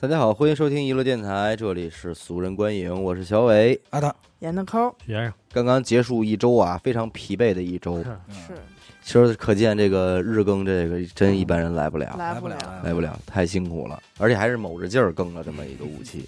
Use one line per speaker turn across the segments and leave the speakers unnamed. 大家好，欢迎收听娱乐电台，这里是俗人观影，我是小伟。
阿达，
演的抠
许先生，
刚刚结束一周啊，非常疲惫的一 周，
嗯
是
其实可见这个日更这个真一般人来不了，
来
不
了，
来不了，太辛苦了，而且还是卯着劲儿更了这么一个武器。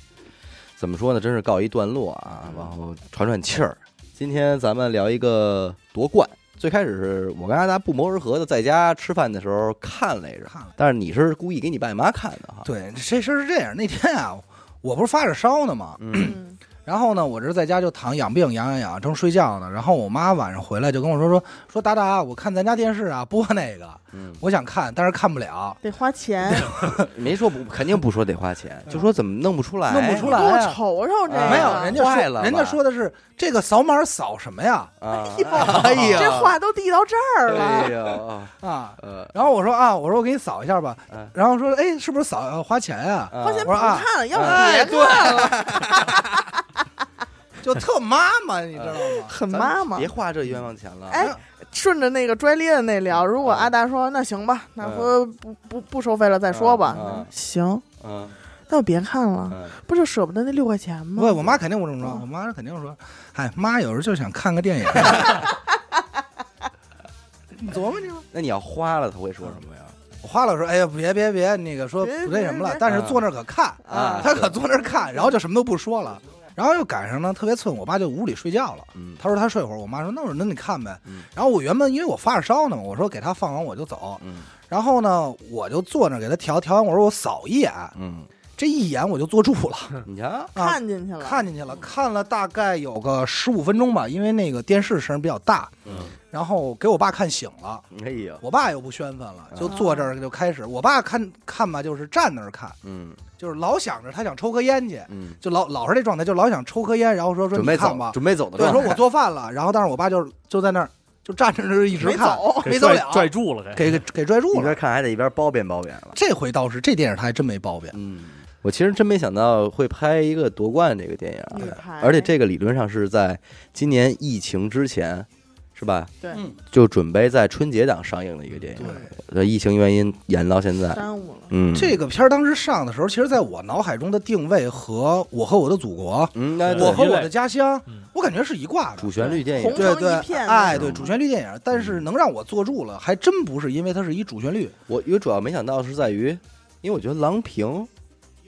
怎么说呢？真是告一段落啊，然后喘喘气儿。今天咱们聊一个夺冠。最开始是我跟阿达不谋而合的，在家吃饭的时候看来着，
看了。
但是你是故意给你爸你妈看的哈。
对，这事儿是这样，那天啊，我不是发着烧呢吗？
嗯，
嗯，
然后呢，我这在家就躺养病，养养养，正睡觉呢。然后我妈晚上回来就跟我说说说达达，我看咱家电视啊播那个，
嗯
我想看，但是看不了，
得花钱，
没说不，肯定不说得花钱，就说怎么弄不出来，
弄不出
给
来
我
呀
瞅瞅这个，
哎
没有人家
坏
说
了吧
人家说的是这个扫码扫什么呀
啊！哎
哎
呀，
这话都递到这儿
哎
了，
呀，啊
啊？
呃，
然后我说啊，我说我给你扫一下吧
嗯，
然后说哎，是不是扫要花钱呀？
啊
花钱
我
不
说啊
看了，要
哎
不别看了，
就特妈妈，你知道吗？
很
咱
妈妈
别。花这冤枉钱了。
哎，顺着那个拽裂的那聊，如果
嗯
阿达说那行吧，那
嗯
不不不不收费了再说吧，
嗯嗯
行，
嗯
那我别看了，
嗯，
不就舍不得那六块钱吗？
不，我妈肯定不这么说，
嗯
我妈肯定说，哎，妈有时候就想看个电影。 你琢磨你吧。
那你要花了，他会说什么呀？
我花老师，哎呀，别别别，那个说
别
不那什么了
别，
但是坐那儿可看，
啊
他可坐那儿看，然后就什么都不说
嗯
了。然后又赶上呢，特别寸，我爸就屋里睡觉了。
嗯
他说他睡会儿，我妈说那我说那你看呗
嗯。
然后我原本因为我发着烧呢，我说给他放完我就走。
嗯
然后呢，我就坐那儿给他调调完，我说我扫一眼，
嗯，
这一眼我就坐住了，
你瞧，
啊
看进去了，
看进去了，看了大概有个十五分钟吧，因为那个电视声比较大，
嗯，
然后给我爸看醒了。
哎呀，
我爸又不宣愤了，
啊
就坐这儿就开始。我爸看看吧，就是站那儿看，
嗯
就是老想着他想抽颗烟去，
嗯，
就老老是这状态，就老想抽颗烟，然后说说
准
你
备
看
走，
吧，
准备走的
对，
状
说
态。
我做饭了，然后但是我爸就就在那儿就站着就一直
没
看，
走，
哦没
给
走
拽
了
拽住了，
给给给拽
一
住
边
了。
看还得一边包贬包贬了。
这回倒是这电影他还真没褒贬，
嗯，我其实真没想到会拍一个夺冠这个电影，
女排，
而且这个理论上是在今年疫情之前，是吧？
对
嗯
就准备在春节档上映的一个电影，呃，疫情原因延到现在。
耽误了，
嗯，
这个片儿当时上的时候，其实在我脑海中的定位和《我和我的祖国》
嗯，那
《
对
我和
一
我
类
的家乡》
嗯，
我感觉是一挂的。
主旋律电影
红
对
成一
对，
片
哎，
那
对
种
主旋律电影，但是能让我坐住了，还真不是因为它是一主旋律，
我因为主要没想到是在于，因为我觉得郎平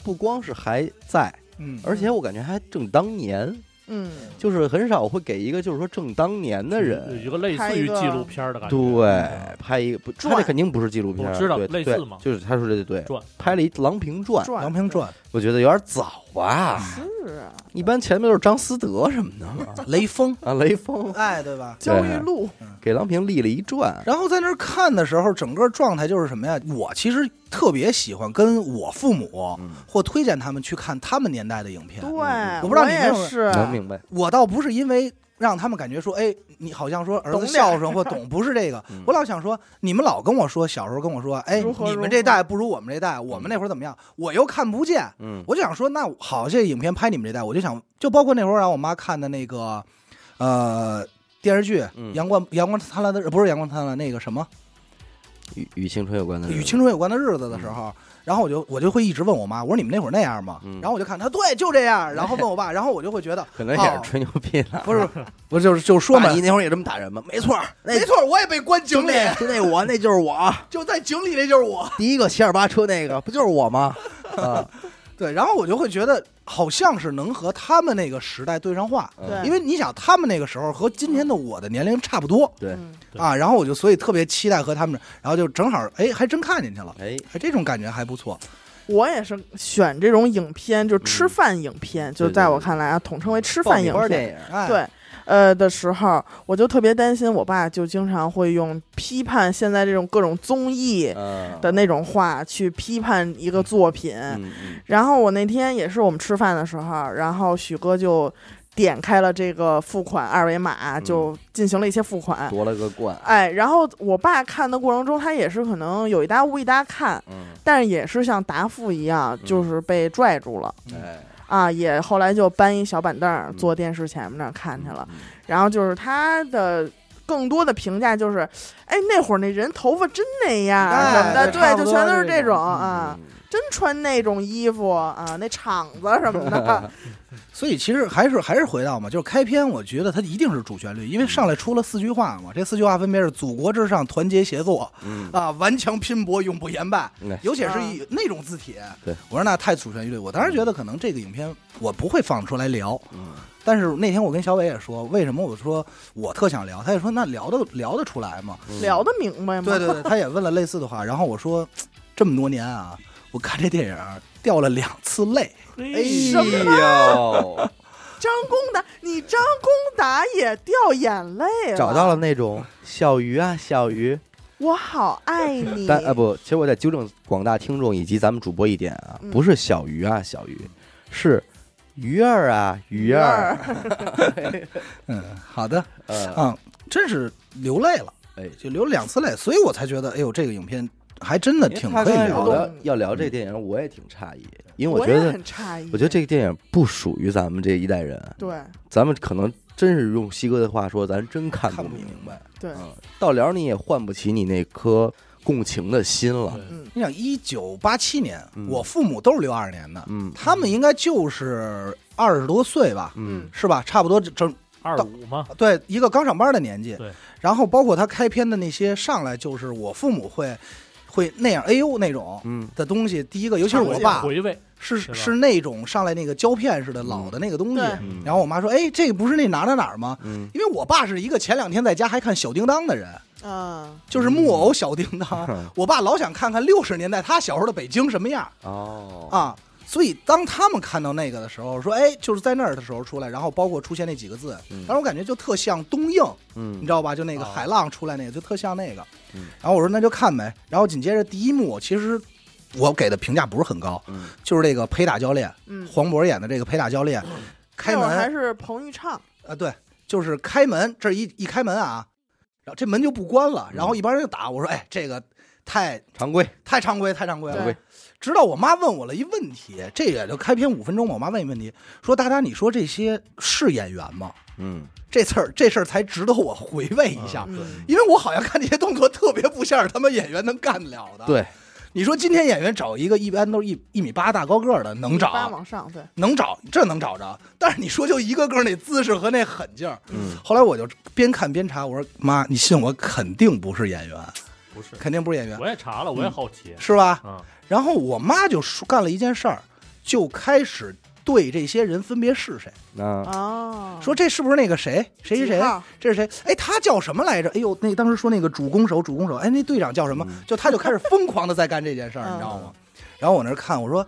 不光是还在，
嗯，
而且我感觉还正当年，
嗯，
就是很少会给一个就是说正当年的
有
人。
一个类
拍
似
一
于
个
纪录片的感
哎
觉。
对，拍一个不，他
传
这肯定不是纪录片儿，
我知道
对
类
对
似嘛
就是他说这对
传，
拍了一《郎平传》，
转
郎平传，
我觉得有点早吧，
是啊，
一般前面都是张思德什么的 嘛，
雷锋，
啊，雷锋
哎，对吧？
焦裕禄，
给郎平立了一传，
然后在那儿看的时候，整个状态就是什么呀？我其实特别喜欢跟我父母
嗯
或推荐他们去看他们年代的影片
对，。
我
哎不知道你
也
有没有
啊
是，
能明白，
我倒不是因为让他们感觉说，哎，你好像说儿
懂
子
点儿
孝顺或懂，不是这个
嗯。
我老想说，你们老跟我说小时候跟我说，哎，
如何
你
如何
们这代不如我们这代，我们那会儿怎么样？我又看不见，
嗯
我就想说，那好，这影片拍你们这代，我就想，就包括那会儿让我妈看的那个，呃，电视剧《
嗯
阳光阳光灿烂的日》，不是《阳光灿烂》，那个什么
与与青春有关的人
与青春有关的日子的时候，然后我就我就会一直问我妈，我说你们那会儿那样吗？
嗯
然后我就看她，对，就这样。然后问我爸，然后我就会觉得，
可能也
哦
是吹牛逼呢。
不是，不是不是就是就是说嘛
爸，你那会儿也这么打人吗？没错儿，
没错，我也被关井里，
就那我那就是我，啊
就在井里，那就是我。
第一个七二八车那个不就是我 吗？啊，
对，然后我就会觉得好像是能和他们那个时代对上话，
对
因为你想，他们那个时候和今天的我的年龄差不多。
对，
嗯
对
啊，然后我就所以特别期待和他们，然后就正好哎，还真看进去了，
哎，
哎，这种感觉还不错。
我也是选这种影片，就吃
嗯
饭影片，就在我看来啊，统称为吃饭影
爆米花
片。
电影，
哎，
对，呃的时候，我就特别担心，我爸就经常会用批判现在这种各种综艺
嗯
的那种话去批判一个作品。
嗯嗯
然后我那天也是我们吃饭的时候，然后许哥就点开了这个付款二维码，
嗯
就进行了一些付款。
夺了个冠，
哎，然后我爸看的过程中，他也是可能有一搭无一搭看，
嗯，
但是也是像答复一样，就是被拽住了、
哎，
啊！也后来就搬一小板凳儿坐电视前面那儿看去了。
嗯
然后就是他的更多的评价就是，哎，那会儿那人头发真那样儿
哎
什么的，
对差
对，
不
就
多
全都
就是是
这
这
种
种
啊。
嗯
真穿那种衣服啊，那厂 子什么的，
所以其实还是还是回到嘛，就是开篇，我觉得它一定是主旋律，因为上来出了四句话嘛，这四句话分别是“祖国之上，团结协作”，
嗯，
啊，顽强拼搏，永不言败
嗯。
尤其是以那种字体，
对
我说那太主旋律。我当时觉得可能这个影片我不会放出来聊，
嗯
但是那天我跟小伟也说，为什么我说我特想聊，他也说那聊得聊得出来吗？
嗯
聊得明白吗？
对对对，他也问了类似的话，然后我说这么多年啊，我看这电影儿掉了两次泪，
哎
什么
呦，
张公达，你张公达也掉眼泪了，
找到了那种小鱼啊，小鱼，
我好爱你。
但啊不，其实我得纠正广大听众以及咱们主播一点啊，
嗯
不是小鱼啊，小鱼，是鱼儿啊，鱼儿，
嗯，好的，
呃，
啊，真是流泪了，
哎，
就流了两次泪，所以我才觉得，哎呦，这个影片还真的
因为
挺
他
可以
刚才
聊
要
的。
聊要聊这电影，我也挺诧异，因为
我
我觉
也
得
很诧异，
我觉得这个电影不属于咱们这一代人，
对
咱们可能真是用西哥的话说，咱真看
看
不
不
明
明
白。
对，
嗯，到了你也唤不起你那颗共情的心了。
嗯
你想，一九八七年，
嗯
我父母都是六二年的，
嗯
他们应该就是二十多岁吧，
嗯
是吧？差不多整
二五嘛，
对一个刚上班的年纪
对。
然后包括他开篇的那些上来就是我父母会会那样哎呦那种
嗯
的东西，第一个尤其是我
常
爸
回味，
是
是吧
是那种上来那个胶片似的老的那个东西
对。
嗯
然后我妈说：“哎，这不是那哪哪哪儿吗？”
嗯
因为我爸是一个前两天在家还看小叮当的人，
嗯，
就是木偶小叮当。
哼
我爸老想看看六十年代他小时候的北京什么样
哦
啊，所以当他们看到那个的时候，说哎，就是在那儿的时候出来，然后包括出现那几个字，
嗯
当时我感觉就特像东映，你
嗯
知道吧？就那个
哦
海浪出来那个，就特像那个
嗯。
然后我说那就看呗。然后紧接着第一幕，其实我给的评价不是很高，
嗯
就是这个陪打教练
嗯，
黄渤演的这个陪打教练，
嗯
开
那会儿还
门
是彭昱畅，
啊，对，就是开门，这一一开门啊，然后这门就不关了，然后一帮人就打。我说哎，这个太
嗯常规
太常规，太常规了
常。规
对，
直到我妈问我了一问题，这也就开篇五分钟嘛。我妈问一问题，说：“大家，你说这些是演员吗？
嗯
这事儿这事儿才值得我回味一下，
嗯
嗯，
因为我好像看这些动作特别不像是他们演员能干得了的。，
对，
你说今天演员找一个一般都是一一米八大高个儿的能
一八
找，
往上，对，
能找这能找着，但是你说就一个个那姿势和那狠劲儿。
嗯
后来我就边看边查，我说妈，你信我，肯定不是演员，
不是，
肯定不是演员，
我也查了，
嗯
我也好奇，
是吧？
啊，
然后我妈就说干了一件事儿，就开始对这些人分别是谁，
那
哦，
说这是不是那个谁谁谁
几
谁，
号
这是谁？哎，他叫什么来着？哎呦，那当时说那个主攻手，主攻手，哎，那队长叫什么？
嗯
就他就开始疯狂的在干这件 事儿，
嗯
你知道吗？然后我那儿看，我说，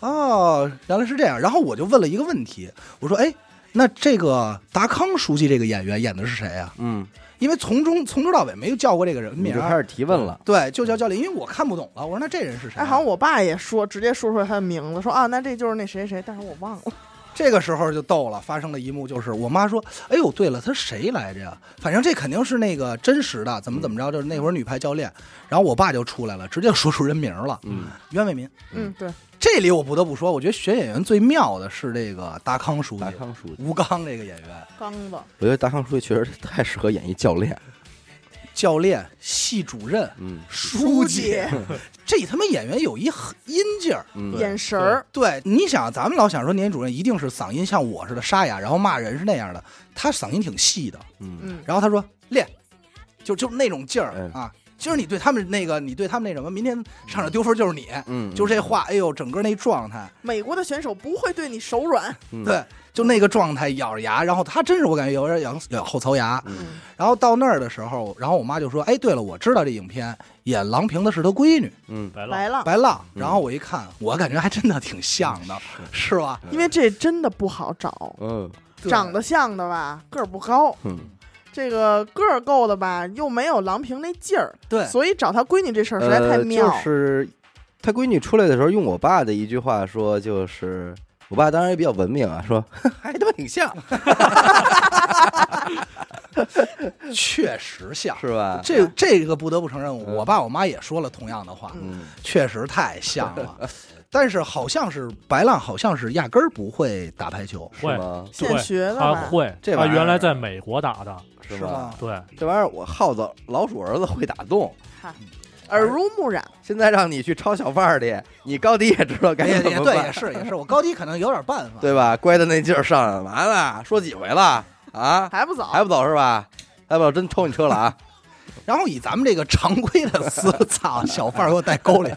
哦，原来是这样。然后我就问了一个问题，我说，哎，那这个达康书记这个演员演的是谁啊？
嗯，
因为从中从头到尾没有叫过这个人
你
名
就开
儿，
始提问了。
对，就叫教练，因为我看不懂了。我说那这人是谁啊、
哎，好像我爸也说，直接说出来他的名字，说啊，那这就是那谁谁，但是我忘了。
这个时候就逗了，发生了一幕，就是我妈说：“哎呦，对了，他谁来着呀？反正这肯定是那个真实的，怎么怎么着，就是那会儿女排教练。”然后我爸就出来了，直接说出人名了，
嗯
袁伟民。
嗯
嗯，对，
这里我不得不说，我觉得选演员最妙的是这个达康书记
达，康书记，
吴刚这个演员，
刚子，
我觉得达康书记确实太适合演一教练。
教练、系主任、
嗯
书
记
记，这他妈演员有一很阴劲儿。
嗯
对
眼神儿，
对，你想，咱们老想说年级主任一定是嗓音像我似的沙哑，然后骂人是那样的，他嗓音挺细的。
嗯
嗯，
然后他说练，就就那种劲儿、
嗯
啊，今儿你对他们那个，你对他们那什么，明天上场丢分就是你，
嗯，
就是这话，哎呦，整个那状态，
美国的选手不会对你手软，
嗯，
对，就那个状态，咬着牙，然后他真是我感觉有点咬咬后槽牙。
嗯
然后到那儿的时候，然后我妈就说，哎，对了，我知道这影片演郎平的是他闺女
嗯
白浪
白浪，
白浪，
嗯
然后我一看，我感觉还真的挺像的，是吧？
因为这真的不好找，
嗯
对
长得像的吧，个儿不高，
嗯
这个个儿够的吧，又没有郎平那劲儿，
对，
所以找他闺女这事儿实在太
呃，
妙
就
了。
是他闺女出来的时候，用我爸的一句话说，就是我爸当然也比较文明啊，说 还他妈挺像，
确实像。
是吧？
这这个不得不承认，
哎嗯
我爸我妈也说了同样的话，
嗯
确实太像了。但是好像是白浪，好像是压根儿不会打排球，
是吗？
现学的
他
吧，
会，
这
他
玩意儿
原来在美国打的，
是吧？
吗？
对，
这玩意儿我耗子老鼠儿子会打洞
嗨，耳濡目染。
现在让你去抄小贩儿去，你高低也知道该
也
怎
也
么
对，
办
也，是也是，我高低可能有点办法。
对吧？乖的那劲儿上来了， 嘛呢？说几回了啊？
还不走，
还不走是吧？还不走，真抽你车了啊！
然后以咱们这个常规的思， 操，小贩儿给我带沟里，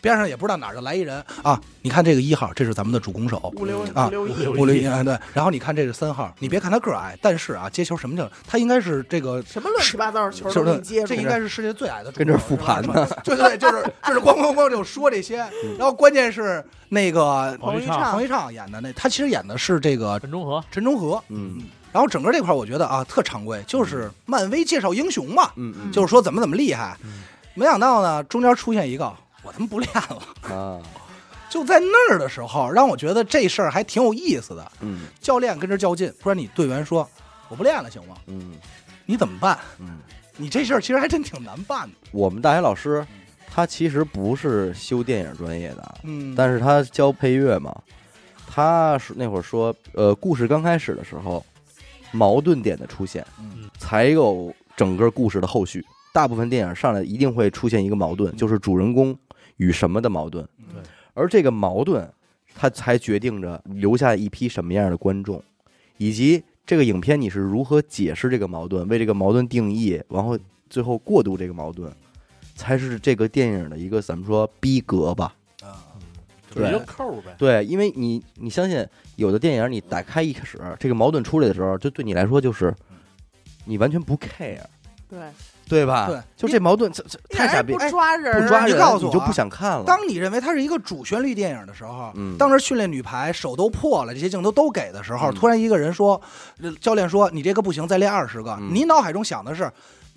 边上也不知道哪儿就来一人啊！你看这个一号，这是咱们的主攻手，
五六
啊
五六一
五
五
六
零
一
一，哎对。然后你看这是三号，你别看他个儿矮，但是啊，接球什么叫他应该是这个
什么乱七八糟的球
是
都
不是
给你接住
这。应该是世界最矮的主攻手，
跟这儿复盘呢嗯
是吧，对 对，对就是就是咣咣咣就说这些，然后关键是那个
彭
彭
昱
昱
畅
黄
畅
一畅演的那，他其实演的是这个
陈忠和，
陈忠和，
嗯
然后整个这块儿我觉得啊特常规，就是漫威介绍英雄嘛，
嗯嗯
就是说怎么怎么厉害
嗯。
没想到呢，中间出现一个我他妈不练了，
啊，
就在那儿的时候，让我觉得这事儿还挺有意思的。
嗯
教练跟这较劲，突然你队员说我不练了行吗？
嗯
你怎么办？
嗯，
你这事儿其实还真挺难办的。
我们大学老师他其实不是修电影专业的，
嗯，
但是他教配乐嘛，他是那会儿说，呃，故事刚开始的时候，矛盾点的出现，
嗯
才有整个故事的后续。大部分电影上来一定会出现一个矛
嗯
盾，就是主人公与什么的矛盾，
对
而这个矛盾，它才决定着留下一批什么样的观众，以及这个影片你是如何解释这个矛盾，为这个矛盾定义，然后最后过渡这个矛盾，才是这个电影的一个怎么说逼格吧。
啊，
就是一
对
个扣儿呗。
对，因为你你相信有的电影，你打开一开始这个矛盾出来的时候，就对你来说就是你完全不 care，
对，
对吧？
对
就这矛盾，这这太傻逼，
不
哎
抓人儿，
不抓
你
人，
告诉我
就
啊
不想看了。
当你认为它是一个主旋律电影的时候，
嗯
当时训练女排手都破了，这些镜头都给的时候，
嗯
突然一个人说，呃教练说你这个不行，再练二十个。
嗯
你脑海中想的是。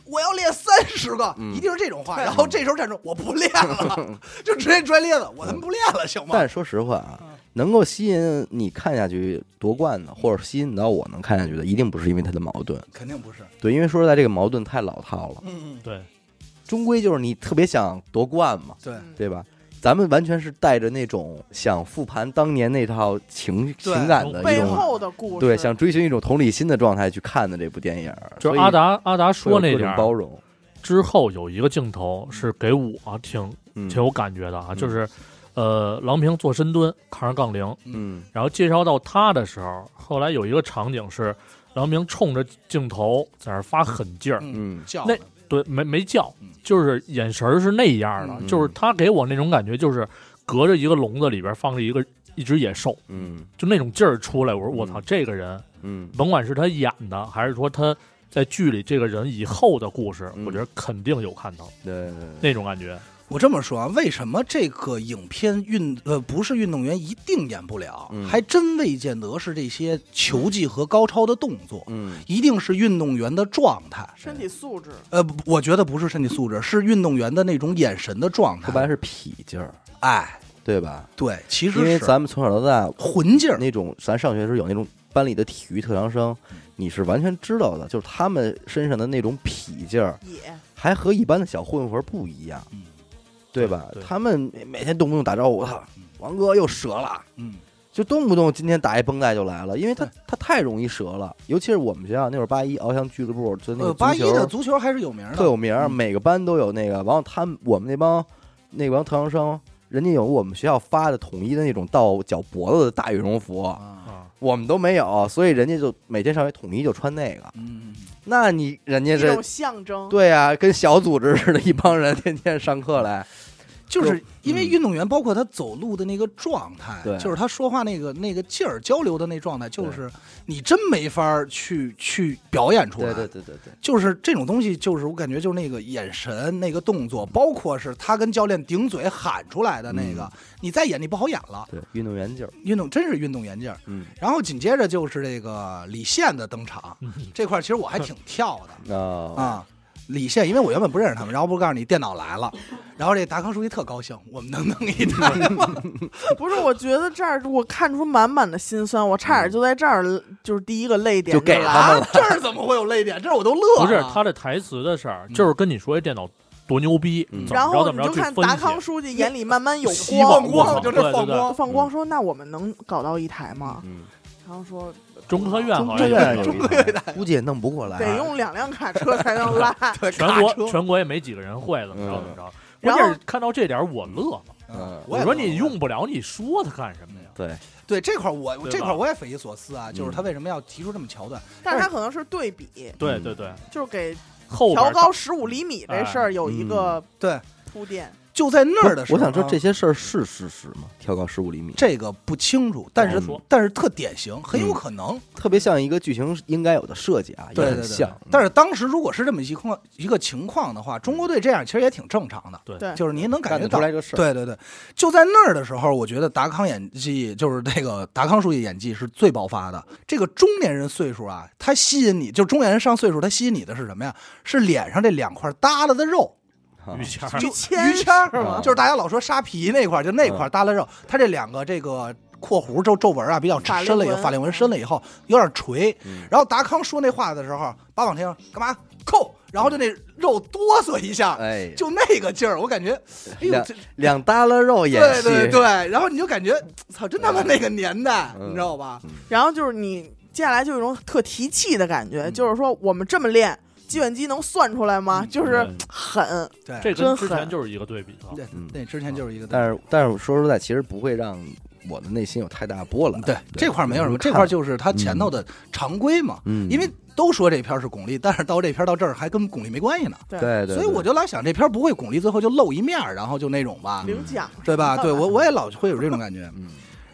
我要练三十个，
嗯
一定是这种话。 然后这时候站出，我不练了，就直接拽咧子，我他妈不练了，行吗？
但说实话啊，能够吸引你看下去夺冠的，或者吸引到我能看下去的，一定不是因为它的矛盾。
肯定不是。
对，因为说实在，这个矛盾太老套了，
嗯，嗯
对，
终归就是你特别想夺冠嘛，
嗯对
嗯
对吧？咱们完全是带着那种想复盘当年那套情
对
情感的一
背
种
后的故事，
啊对，想追寻一种同理心的状态去看的这部电影，所
就是
以
阿达阿达说
会有
那
各
点
种
儿
包容，
之后，有一个镜头是给我挺
嗯
挺有感觉的啊，
嗯
就是呃，郎平做深蹲扛上杠铃，
嗯
然后介绍到他的时候，后来有一个场景是郎平冲着镜头在那儿发狠劲儿，
嗯，
嗯
叫
那
的
对，没没叫
嗯，
就是眼神儿是那样的，
嗯
就是他给我那种感觉，就是隔着一个笼子里边放着一个一只野兽，
嗯
就那种劲儿出来。我说
嗯
我操，这个人，
嗯
甭管是他演的，还是说他在剧里这个人以后的故事，
嗯
我觉得肯定有看头
对对对
那种感觉。
我这么说啊，为什么这个影片运呃不是运动员一定演不了，
嗯
还真未见得是这些球技和高超的动作，
嗯
一定是运动员的状态。
身体素质，
呃，不我觉得不是身体素质，是运动员的那种眼神的状态。
说白了是痞劲儿，
哎，
对吧？
对，其
因为
实是
咱们从小到大
魂劲儿。嗯
那种，咱上学的时候有那种班里的体育特长生，你是完全知道的，就是他们身上的那种痞劲儿，
野
还和一般的小混混儿不一样，
嗯
对吧？
对对
他们每每天动不动打招呼，我操，王哥又折了。
嗯，
就动不动今天打一绷带就来了，因为他
对
他太容易折了，尤其是我们学校那会儿八一翱翔俱乐部，就那
呃，
个
八
足
一
球
的足球还是有名
特有
的。
名儿，
嗯
每个班都有那个。然后他们我们那帮那帮特长生，人家有我们学校发的统一的那种到脚脖子的大羽绒服，
啊，
啊，
我们都没有，所以人家就每天上学统一就穿那个。
嗯，
那你人家
一
这
种象征，
对啊，跟小组织似的，一帮人天天上课来，
就是因为运动员，包括他走路的那个状态，
嗯对
就是他说话那个那个劲儿，交流的那状态，就是你真没法儿去去表演出来。
对对对对对，
就是这种东西，就是我感觉就是那个眼神、那个动作，包括是他跟教练顶嘴喊出来的那个，
嗯
你再演你不好演了。
对运动员劲儿，
运动真是运动员劲儿。
嗯
然后紧接着就是这个李现的登场，
嗯
这块儿其实我还挺跳 的
哦
啊
啊。李现，因为我原本不认识他们，然后不是告诉你电脑来了，然后这达康书记特高兴，我们能弄 一台吗？
不是，我觉得这儿我看出满满的心酸，我差点就在这儿就是第一个泪点
就给
了，
他们了
啊，这儿怎么会有泪点？这儿我都乐了。
不是他的台词的事儿，
嗯
就是跟你说这电脑多牛逼，
嗯
怎
然
么着
后
怎
你
么着
就
去
看
分
达
析
康书记眼里慢慢有
希
光，
望光，就这
对对
放
对
光，
放光说：“那我们能搞到一台吗
嗯，？”
然后说
中科院好
中科
像
院
有
有
一
一
个
台估计也弄不过来，啊
得用两辆卡车才能拉。
对，
全
卡
国
车
全国也没几个人会，怎么着
嗯
怎么着。
然
关
后
键是看到这点儿我乐了。
嗯
也
我说你
乐
用不了，你说他干什么呀？
对，
对这块儿我
对吧
这块儿我也匪夷所思啊，就是
嗯
他为什么要提出这么桥段？
但是他可能是对比，
对
嗯
对对，
就是给
后边
调
儿
高十五厘米这事儿有一个
对，
铺垫，
就在那儿的时
我
候，
想知道这
啊
些事儿是事实吗？跳高十五厘米，
这个不清楚，但是
不好
说
但是特典型，很
嗯
有可能。
特别像一个剧情应该有的设计啊，也
对对
很
对
像。
但
是
是当时如果是这么一况一个情况的话，中国队这样其实也挺正常的，
对
对
就是您能感
干
觉
得
到
出。来这事儿，
对对对，就在那儿的时候，我觉得达康演技就是这个达康书记演技是最爆发的。这个中年人岁数啊，他吸引你，就中年人上岁数，他吸引你的是什么呀？是脸上这两块耷拉的肉，
啊
于谦儿
就
于谦
于谦儿
是啊吗
就是大家老说沙皮那块儿，就
嗯
那块儿耷拉肉，他这两个这个括弧皱皱纹啊比较
法令
深了以后，
纹嗯
法令纹深了以后有点垂。
嗯
然后达康说那话的时候，把往天上干嘛扣，然后就那肉哆嗦一下，
哎，
啊就那个劲儿，我感觉，哎呦
两
这。
两耷拉肉演
对
戏，
对对，然后你就感觉，操，真他妈
嗯
那个年代，
嗯
你知道吧？
然后就是你接下来就有一种特提气的感觉，
嗯
就是说我们这么练，计算机能算出来吗？
嗯
就是
对
狠，
对，
这
真
跟之
狠
前就是一个对比啊。
对
嗯
那之前就是一个，
但是但是说实在，其实不会让我的内心有太大波澜。
对这块儿没有什么，
看
这块儿就是他前头的常规嘛，
嗯，
因为都说这片儿是巩俐，但是到这片儿到这儿还跟巩俐没关系呢。
对，
对对，
所以我
就
就老想这片儿不会巩俐最后就露一面儿，然后就那种吧，
领奖
对吧？对我我也老会有这种感觉。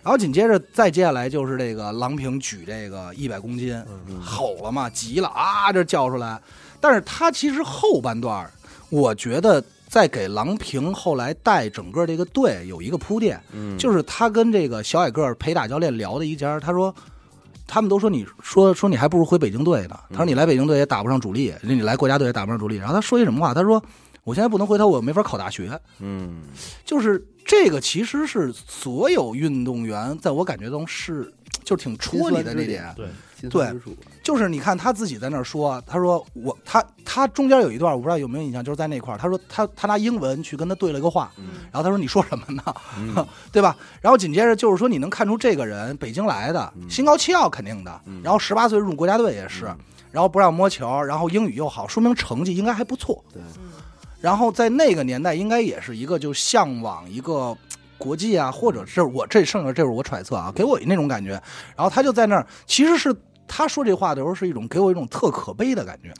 然后紧接着再接下来就是这个郎平举这个一百公斤，
嗯，
吼了嘛，急了啊，这叫出来。但是他其实后半段儿，我觉得在给郎平后来带整个这个队有一个铺垫，
嗯
就是他跟这个小矮个儿裴大教练聊的一家，他说。他们都说你说说你还不如回北京队呢。他说你来北京队也打不上主力，你来国家队也打不上主力。然后他说一什么话？他说我现在不能回头，我没法考大学。
嗯
就是这个其实是所有运动员在我感觉中是就是挺戳你的这点。
对，
心酸之处
就是你看他自己在那儿说，啊他说我他他中间有一段我不知道有没有印象，就是在那块儿，他说他他拿英文去跟他对了个话，
嗯
然后他说你说什么呢，
嗯
对吧？然后紧接着就是说你能看出这个人北京来的，
嗯
心高气傲肯定的，
嗯
然后十八岁入国家队也是，
嗯
然后不让摸球，然后英语又好，说明成绩应该还不错。
对，
嗯
然后在那个年代，应该也是一个就向往一个嘖国际啊，或者
嗯
是我这剩下这是我揣测啊，给我那种感觉。然后他就在那儿，其实是他说这话的时候是一种给我一种特可悲的感觉。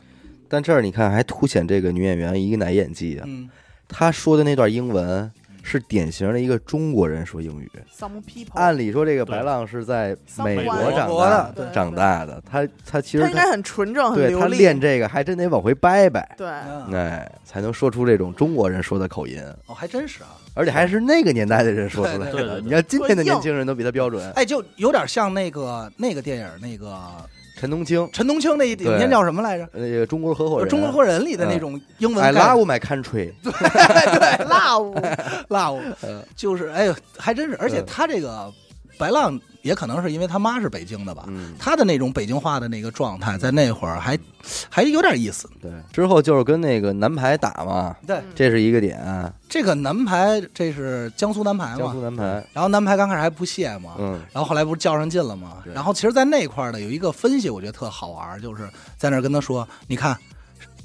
但这儿你看还凸显这个女演员一个奶演技啊，
嗯，
她说的那段英文是典型的一个中国人说英语。
，some people，
按理说，这个白浪是在美国长
美国
大
的
对
长大的，她她其实
他应该很纯正，很
对
流
她
利，
练这个还真得往回掰掰，
对，
嗯
哎，才能说出这种中国人说的口音，
哦，还真是啊。
而且还是那个年代的人说出来
对对对
的。
对
你要今天的年轻人都比她标准。
哎，就有点像那个那个电影，那个
陈冬青，
陈冬青那一影片叫什么来着？
那个中国合伙
呃
人，
中国合伙人里哎的那种英文
，I
概
love my country，
love，
love，就是哎呦，还真是。而且他这个白浪也可能是因为他妈是北京的吧，
嗯，
他的那种北京话的那个状态，在那会儿还还有点意思。
对。之后就是跟那个男排打嘛，
对
这是一个点，啊
这个男排，这是江苏男排
江苏
嘛，
男排，
然后男排刚开始还不屑嘛，
嗯，
然后后来不是较上劲了嘛。
对
然后其实，在那块儿呢，有一个分析，我觉得特好玩儿，就是在那儿跟他说：“你看，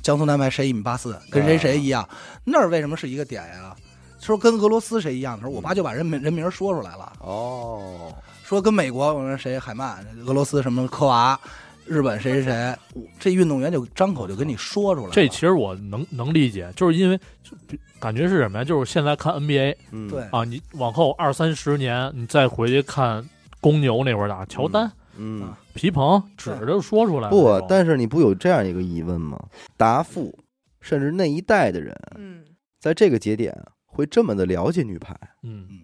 江苏男排谁一米八四，跟谁谁一样，
啊
那儿为什么是一个点呀、说跟俄罗斯谁一
嗯
样的时候，我爸就把人名人名说出来了。
哦，
说跟美国，我说谁海曼，俄罗斯什么科娃，日本谁谁谁，这运动员就张口就跟你说出来了。
这其实我能能理解，就是因为就比感觉是什么呀？就是现在看 NBA
嗯，
对，
啊，你往后二三十年，你再回去看公牛那会儿打乔丹、
嗯，
皮蓬，指着就说出来了那
不
种。，
但是你不有这样一个疑问吗？达父，甚至那一代的人，
嗯，
在这个节点会这么的了解女排。
嗯，
嗯，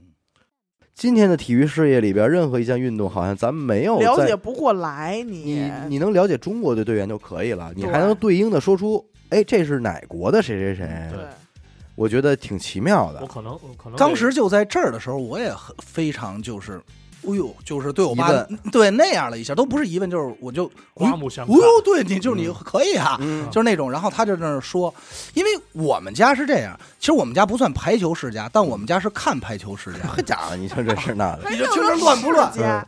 今天的体育事业里边，任何一项运动，好像咱们没有
了
在
解不过来
你
你，
你能了解中国队队员就可以了，你
对
还能对应的说出，哎，这是哪国的谁谁谁
嗯，
对
对，
我觉得挺奇妙
我
的。
可能我可能
当时就在这儿的时候，我也很非常就是，哎呦，就是对我爸
疑问
对那样了一下，都不是疑问，就是我就，
刮目相
哎
看，
呦，对你就是你
嗯
可以啊，
嗯
就是那种，然后他就在那儿说，因为我们家是这样，其实我们家不算排球 世家，但我们家是看排球世家，
呵家伙，你说这事儿那的，
你就听着乱不乱
世界
嗯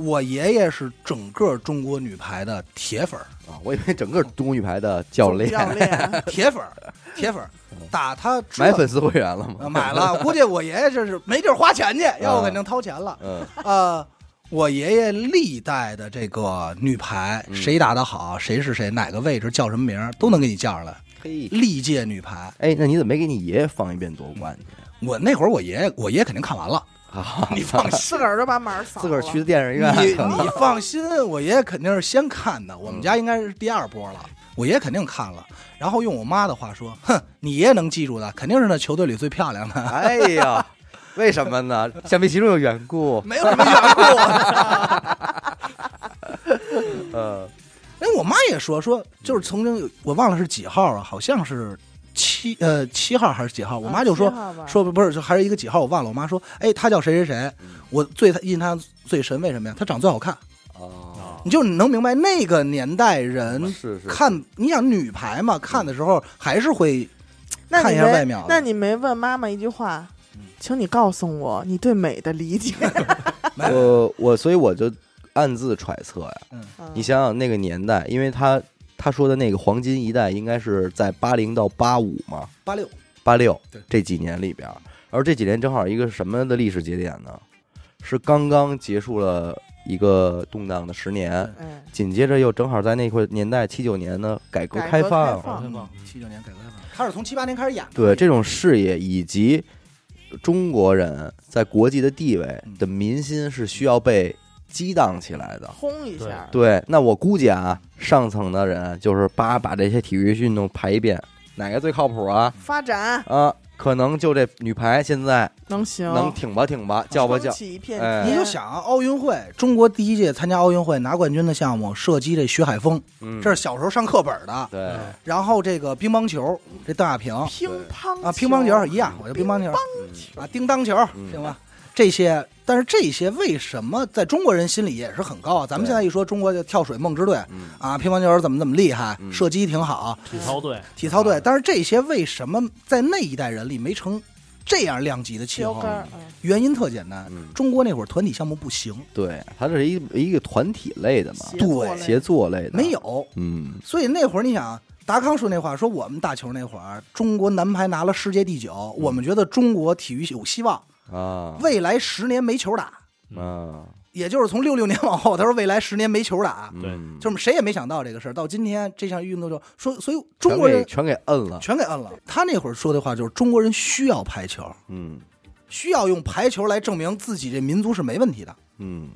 我爷爷是整个中国女排的铁粉儿，
啊，我以为整个中国女排的教练
教 练
铁粉儿，铁粉儿，打他知道
嗯买粉丝会员了吗？
呃买了，估计我爷爷这是没地儿花钱去，要
啊
我肯定掏钱了。
嗯
呃，我爷爷历代的这个女排，
嗯
谁打得好，谁是谁，哪个位置叫什么名儿，都能给你叫上来。
嘿，
历届女排，
哎，那你怎么没给你爷爷放一遍夺冠去？
我那会儿我爷爷，我爷爷肯定看完了，
啊，
你放心
自。个儿就把马儿扫
自个儿
了嗯
去的电影
你
院，
你放心，我爷爷肯定是先看的，我们家应该是第二波了，我爷爷肯定看了。然后用我妈的话说，哼，你爷爷能记住的，肯定是那球队里最漂亮的，
哎呀，为什么呢？想必其中有缘故。
没有什么缘故。啊
呃，
因哎为我妈也说说，就是曾经有我忘了是几号了，好像是七呃七号还是几
啊
号，我妈就说、说不不是，就还是一个几号我忘了。我妈说，哎，她叫谁谁谁
嗯，
我最印她最深，为什么呀？她长最好看，
哦，
啊
你就能明白那个年代人
是是，
看，你想女排嘛，看的时候还是会
那
看
你
一下
没
外面啊
那你没问妈妈一句话，请你告诉我你对美的理解。
买
我呃我所以我就暗自揣测呀，你
嗯
想想那个年代，因为他他说的那个黄金一代应该是在八零到八五嘛，
八六
八六
对
这几年里边儿，而这几年正好一个什么的历史节点呢？是刚刚结束了一个动荡的十年，
哎
紧接着又正好在那块年代七九年呢改革
改革
开
开
放，
放
开放
七九年改革开放，她是从七八年开始演的，
对这种视野以及中国人在国际的地位
嗯
的民心是需要被激荡起来的。
轰一下，
对，那我估计啊，上层的人啊就是叭把这些体育运动排一遍，哪个最靠谱啊？
发展
啊，可能就这女排现在
能行，
能挺吧挺吧，叫吧
撑
叫，
起一片
哎
天，
你就想啊奥运会，中国第一届参加奥运会拿冠军的项目，射击这徐海峰，
嗯，
这是嗯小时候上课本的。
对，
嗯
然后这个乒乓球，这邓亚萍啊，
乒乓
乒乓球一样，我就乒乓球
嗯
啊，叮当球
嗯
行吧？这些，但是这些为什么在中国人心里也是很高啊？咱们
对
现在一说中国就跳水梦之队
嗯
啊，乒乓球怎么怎么厉害，
嗯
射击挺好，
体操队，
体操队，但是这些为什么在那一代人里没成这样量级的气
标
候
杆
呢？
儿，嗯
原因特简单，
嗯，
中国那会儿团体项目不行，
对，它这是一一个团体类的嘛，
协作
对
类
协作类的
没，有，
嗯，
所以那会儿你想，达康说那话，说我们打球那会儿，中国男排拿了世界第九，我们觉得中国体育有希望，
啊，
未来十年没球打，
啊，
也就是从六六年往后，他说未来十年没球打，
嗯
对
就是谁也没想到这个事儿，到今天这项运动就说，所以中
全
国
给
人
全给摁了，
全给摁了。他那会儿说的话就是，中国人需要排球，
嗯
需要用排球来证明自己这民族是没问题的，
嗯。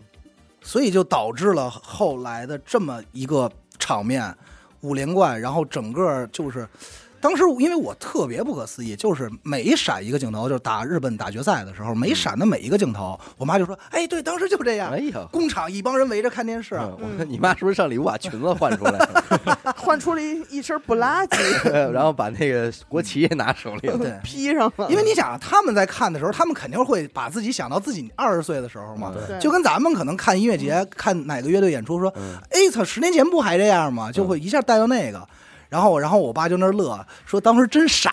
所以就导致了后来的这么一个场面，五连冠，然后整个就是，当时因为我特别不可思议，就是每闪一个镜头，就是打日本打决赛的时候，每闪的每一个镜头，我妈就说：“哎，对，当时就这样
哎，呀，
工厂一帮人围着看电视。
嗯我说你妈是不是上礼物把裙子换出来 了，
换出了一一身不拉 几
然后把那个国旗也拿手里了？
对，
披上了，
因为你想，他们在看的时候，他们肯定会把自己想到自己二十岁的时候嘛，
对
就跟咱们可能看音乐节、看哪个乐队演出，说，
嗯
哎操，十年前不还这样吗？就会一下带到那个。然后，然后我爸就那儿乐，说当时真傻，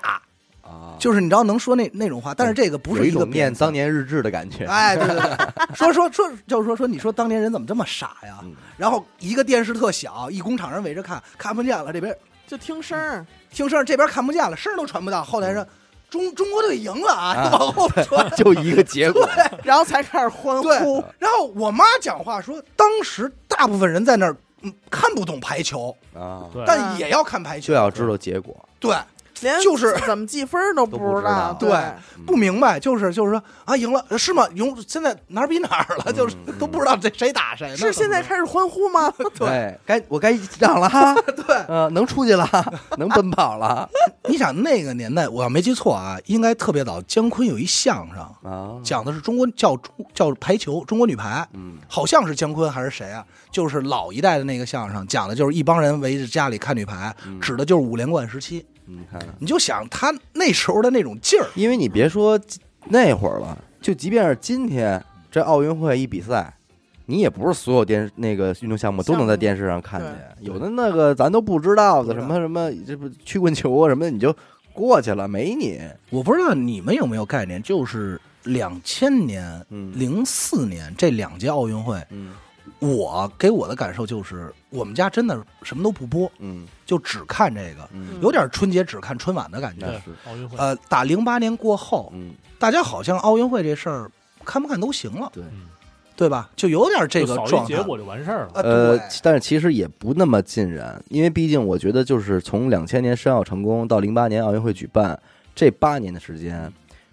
啊，嗯
就是你知道能说那那种话，但是这个不
有
是
一
个
种念啊
贬
当年日志的感觉。
哎，对对 对，说说说，就是说说，你说当年人怎么这么傻呀
嗯？
然后一个电视特小，一工厂人围着看，看不见了，这边
就听声儿，
听声儿，这边看不见了，声儿都传不到，后台说中中国队赢了啊，
嗯啊
往后 传。
就一个结果，
然后才开始欢呼
对，，然后我妈讲话说，当时大部分人在那儿嗯看不懂排球，
啊，
对
但也要看排
就
球，
要知道结果。
对，
连
就是
怎么记分儿都
都不
不
知道
对，
嗯
不明白，就是就是说啊，赢了是吗？赢现在哪儿比哪儿了， 就是
嗯
都不知道这谁打谁呢，
是现在开始欢呼吗？
对，哎该我该让了 哈，
怎么着
呃，能出去了，能奔跑了
对，你想那个年代，我要没记错啊，应该特别早，姜昆有一相声。
啊，
讲的是中国叫中叫排球，中国女排，
嗯
好像是姜昆还是谁啊？就是老一代的那个相声，讲的就是一帮人围着家里看女排，指的就是五连冠时期。
你看，啊
你就想他那时候的那种劲儿，
因为你别说那会儿了，就即便是今天这奥运会一比赛。你也不是所有电那个运动项目都能在电视上看见，有的那个咱都不知道的，
不
什
知
么
道
什么，这不曲棍球啊什么的，你就过去了，没你。
我不知道你们有没有概念，就是两千年、
嗯
零四年这两届奥运会，
嗯
我给我的感受就是，我们家真的什么都不播，
嗯
就只看这个，
嗯
嗯
有点春节只看春晚的感觉。
那
对
是，
奥运会，
呃，打零八年过后，
嗯，
大家好像奥运会这事儿看不看都行了，
对
嗯
对吧？就有点这
就
个
扫一
状态
结。果就完事儿了。
啊，
呃
对，
但是其实也不那么尽然，因为毕竟我觉得就是从两千年申奥成功到零八年奥运会举办这八年的时间，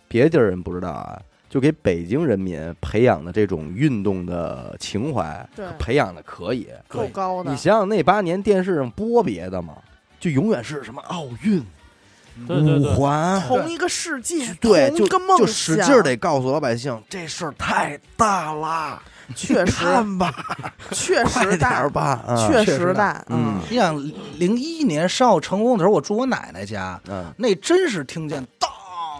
别地儿人不知道啊，就给北京人民培养的这种运动的情怀
对，
培养的可以。
够高的
你，想想那八年电视上播别的嘛，就永远是什么奥运、
对对对
五环，
同一个 世界，
对，
同
就
一个梦
就
想，
使劲儿得告诉老百姓，这事儿太大啦，
确实
看吧，
确
快
实
点
大
儿，吧，啊
确
确实
实
大
大，
嗯
你想零一年申奥成功的时候，我住我奶奶家，
嗯，
那真是听见当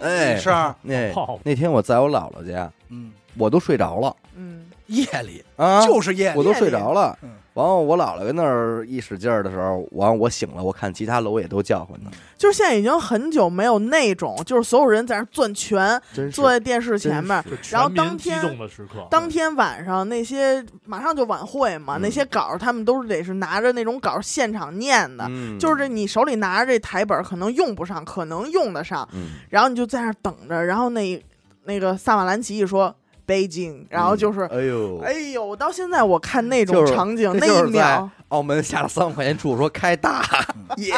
哎
一声儿，
那
泡
那天我在我姥姥家，
嗯，
我都睡着了
嗯，
夜里
啊，
就是夜 里
我，都睡着了
嗯。
完后我姥姥跟那儿一使劲儿的时候，完我醒了，我看其他楼也都叫唤呢，
就是现在已经很久没有那种，就是所有人在那儿攥拳，
真是
坐在电视前面，
真
就是
然后
全民
当
激
天
动的时刻，
当天晚上那些马上就晚会嘛，
嗯
那些稿儿他们都是得是拿着那种稿儿现场念的，
嗯
就是这你手里拿着这台本儿可能用不上，可能用得上，
嗯
然后你就在那儿等着，然后那那个萨马兰奇一说北京，然后就是、
哎呦，
哎呦，我到现在我看那种
就是
场景、
这
那
就
一
是在
秒，
澳门下了三块钱注说开大，
嗯
耶，